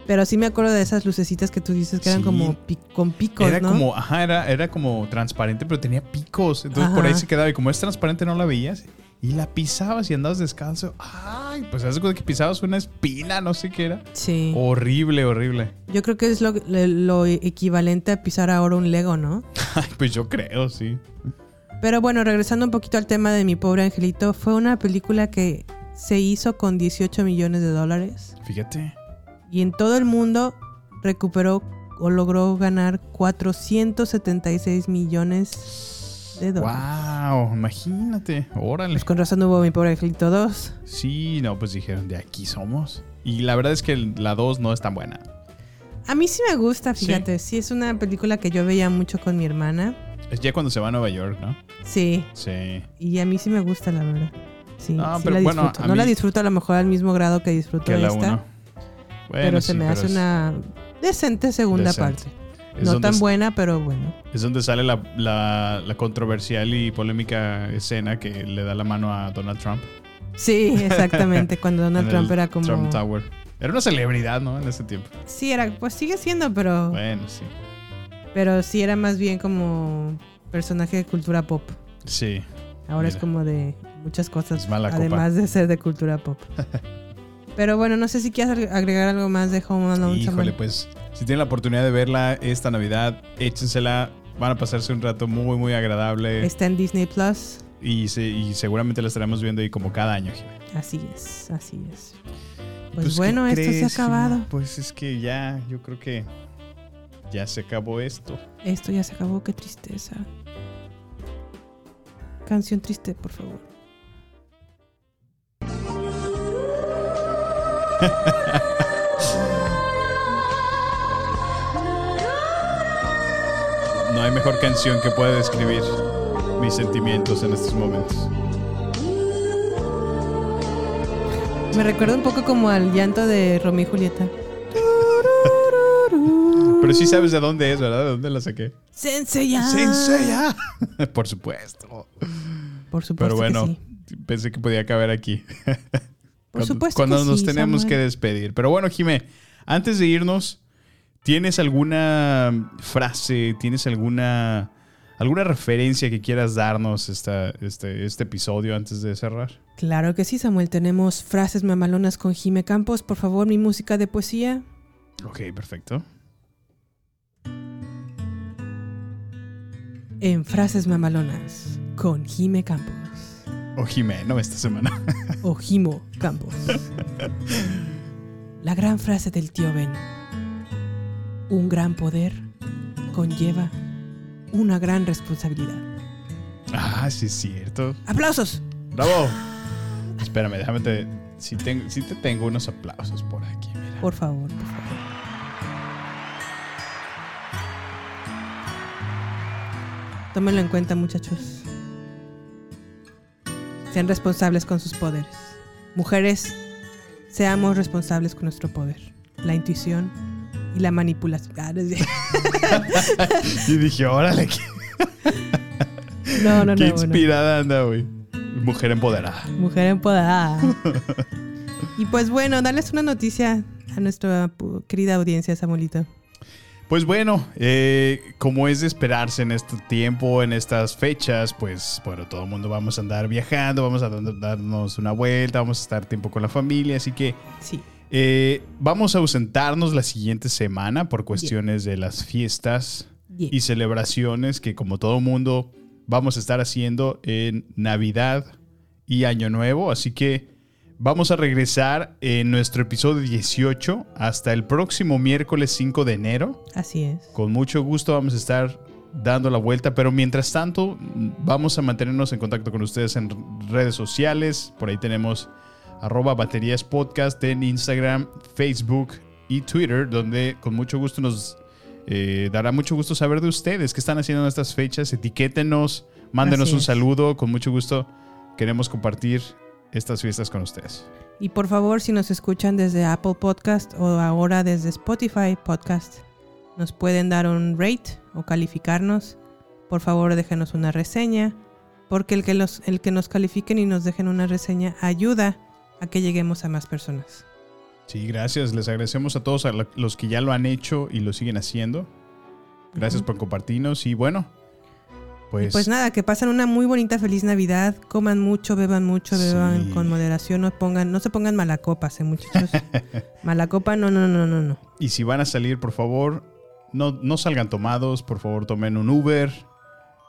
B: Pero sí me acuerdo de esas lucecitas que tú dices que eran
C: Sí.
B: como pi- con picos,
C: era
B: ¿no?
C: como, ajá, era, era como transparente, pero tenía picos. Entonces por ahí
B: Ajá.
C: se quedaba. Y como es transparente, no la veías. Y la pisabas y andabas descalzo. Ay, pues hace que pisabas una espina, no sé qué era.
B: Sí.
C: Horrible, horrible.
B: Yo creo que es lo, le- lo equivalente a pisar ahora un Lego, ¿no?
C: Ay, pues yo creo, sí.
B: Pero bueno, regresando un poquito al tema de Mi Pobre Angelito, fue una película que se hizo con 18 millones de dólares
C: Fíjate.
B: y en todo el mundo recuperó o logró ganar 476 millones de dólares.
C: Wow, imagínate. Órale.
B: Pues con razón no hubo Mi Pobre Angelito 2.
C: Sí, no, pues dijeron, de aquí somos. Y la verdad es que la 2 no es tan buena.
B: A mí sí me gusta, fíjate. Sí, es una película que yo veía mucho con mi hermana.
C: Es ya cuando se va a Nueva York, ¿no?
B: Sí.
C: Sí.
B: Y a mí sí me gusta, la verdad. Sí,
C: Ah,
B: sí
C: pero
B: la
C: bueno,
B: disfruto.
C: a
B: no la
C: mí-
B: disfruto a lo mejor al mismo grado que disfruto
C: Que la
B: esta.
C: 1.
B: pero se me hace una decente segunda
C: Decente.
B: parte.
C: Es
B: No
C: donde
B: tan
C: es-
B: buena, pero bueno.
C: Es donde sale la, la- la controversial y polémica escena que le da la mano a Donald Trump.
B: Sí, exactamente, cuando Donald
C: En el
B: Trump era como-
C: Trump Tower. Era una celebridad, ¿no? En ese tiempo.
B: Sí, era, pues sigue siendo, pero,
C: Bueno, sí.
B: pero sí era más bien como personaje de cultura pop.
C: Sí.
B: Ahora es
C: Mira.
B: como de muchas cosas,
C: Es mala copa.
B: además de ser de cultura pop. Pero bueno, no sé si quieres agre- agregar algo más de Home Alone.
C: Híjole,
B: Samuel.
C: pues si tienen la oportunidad de verla esta Navidad, échensela. Van a pasarse un rato muy, muy agradable.
B: Está en Disney Plus.
C: Y, se- y seguramente la estaremos viendo ahí como cada año. Jimena.
B: Así es, así es. Pues,
C: Pues, ¿qué
B: bueno, esto se ha
C: crees,
B: acabado.
C: Jimena? Pues es que ya, yo creo que ya se acabó esto.
B: Esto ya se acabó, qué tristeza. Canción triste, por favor.
C: No hay mejor canción que pueda describir mis sentimientos en estos momentos.
B: Me recuerda un poco como al llanto de Romeo y Julieta.
C: Pero sí sabes de dónde es, ¿verdad? ¿De dónde la saqué?
B: ¡Senseya!
C: ¡Senseiya! Por supuesto.
B: Por supuesto.
C: Pero
B: que
C: bueno,
B: Pues, sí.
C: pensé que podía caber aquí.
B: Por
C: cuando
B: supuesto
C: cuando
B: que
C: nos
B: sí,
C: tenemos
B: Samuel.
C: que despedir. Pero bueno, Jimé, antes de irnos, ¿tienes alguna frase, tienes alguna alguna referencia que quieras darnos esta, este, este episodio antes de cerrar?
B: Claro que sí, Samuel. Tenemos frases mamalonas con Jime Campos. Por favor, mi música de poesía.
C: Ok, perfecto.
B: En frases mamalonas con Jime Campos.
C: O Jimé, no esta semana.
B: O Jimo Campos. La gran frase del tío Ben. Un gran poder conlleva una gran responsabilidad.
C: ah, sí es cierto.
B: ¡Aplausos!
C: ¡Bravo! Espérame, déjame te... Si, tengo, si te tengo unos aplausos por aquí.
B: Por favor, por favor. Tómenlo en cuenta, muchachos. Sean responsables con sus poderes. Mujeres, seamos responsables con nuestro poder. La intuición y la manipulación. Ah, no es cierto.
C: Y dije, órale, qué,
B: No, no,
C: qué
B: no. bueno.
C: inspirada anda, güey. Mujer empoderada.
B: Mujer empoderada. y pues bueno, darles una noticia a nuestra pu- querida audiencia, Samuelito.
C: Pues bueno, eh, como es de esperarse en este tiempo, en estas fechas, pues bueno, todo el mundo vamos a andar viajando, vamos a dando- darnos una vuelta, vamos a estar tiempo con la familia, así que
B: sí.
C: Eh, vamos a ausentarnos la siguiente semana por cuestiones de las fiestas
B: Bien.
C: y celebraciones que como todo mundo vamos a estar haciendo en Navidad y Año Nuevo, así que vamos a regresar en nuestro episodio 18 hasta el próximo miércoles 5 de enero.
B: Así es.
C: Con mucho gusto vamos a estar dando la vuelta, pero mientras tanto mm, vamos a mantenernos en contacto con ustedes en r- redes sociales. Por ahí tenemos arroba baterías podcast en Instagram, Facebook y Twitter, donde con mucho gusto nos eh, dará mucho gusto saber de ustedes qué están haciendo en estas fechas. Etiquétenos, mándenos
B: Así
C: un
B: es.
C: saludo, con mucho gusto queremos compartir estas fiestas con ustedes.
B: Y por favor, si nos escuchan desde Apple Podcast o ahora desde Spotify Podcast, nos pueden dar un rate o calificarnos. Por favor, déjenos una reseña, porque el que, los, el que nos califiquen y nos dejen una reseña ayuda a que lleguemos a más personas.
C: Sí, gracias. Les agradecemos a todos a la- los que ya lo han hecho y lo siguen haciendo. Gracias por compartirnos y bueno,
B: Y
C: pues,
B: pues nada, que pasen una muy bonita feliz Navidad, coman mucho, beban mucho, beban
C: Sí.
B: con moderación, no pongan, no se pongan mala copas, eh, muchachos. mala copa, no, no, no, no, no.
C: y si van a salir, por favor, no, no salgan tomados, por favor, tomen un Uber,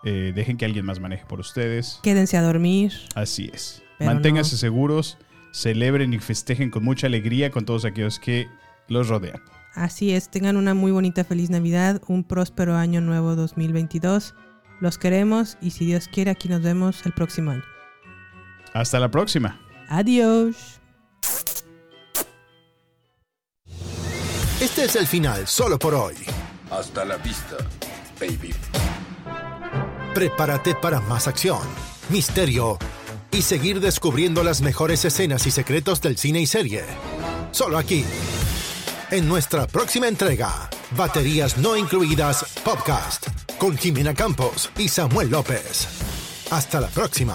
C: eh, dejen que alguien más maneje por ustedes.
B: Quédense a dormir.
C: Así es.
B: Pero
C: Manténganse seguros, celebren y festejen con mucha alegría con todos aquellos que los rodean.
B: Así es, tengan una muy bonita feliz Navidad, un próspero año nuevo 2022. Los queremos y si Dios quiere aquí nos vemos el próximo año.
C: Hasta la próxima.
B: Adiós.
A: Este es el final, solo por hoy.
T: Hasta la vista, baby.
A: Prepárate para más acción, misterio y seguir descubriendo las mejores escenas y secretos del cine y serie. Solo aquí, en nuestra próxima entrega, Baterías No Incluidas Podcast, con Jimena Campos y Samuel López. Hasta la próxima.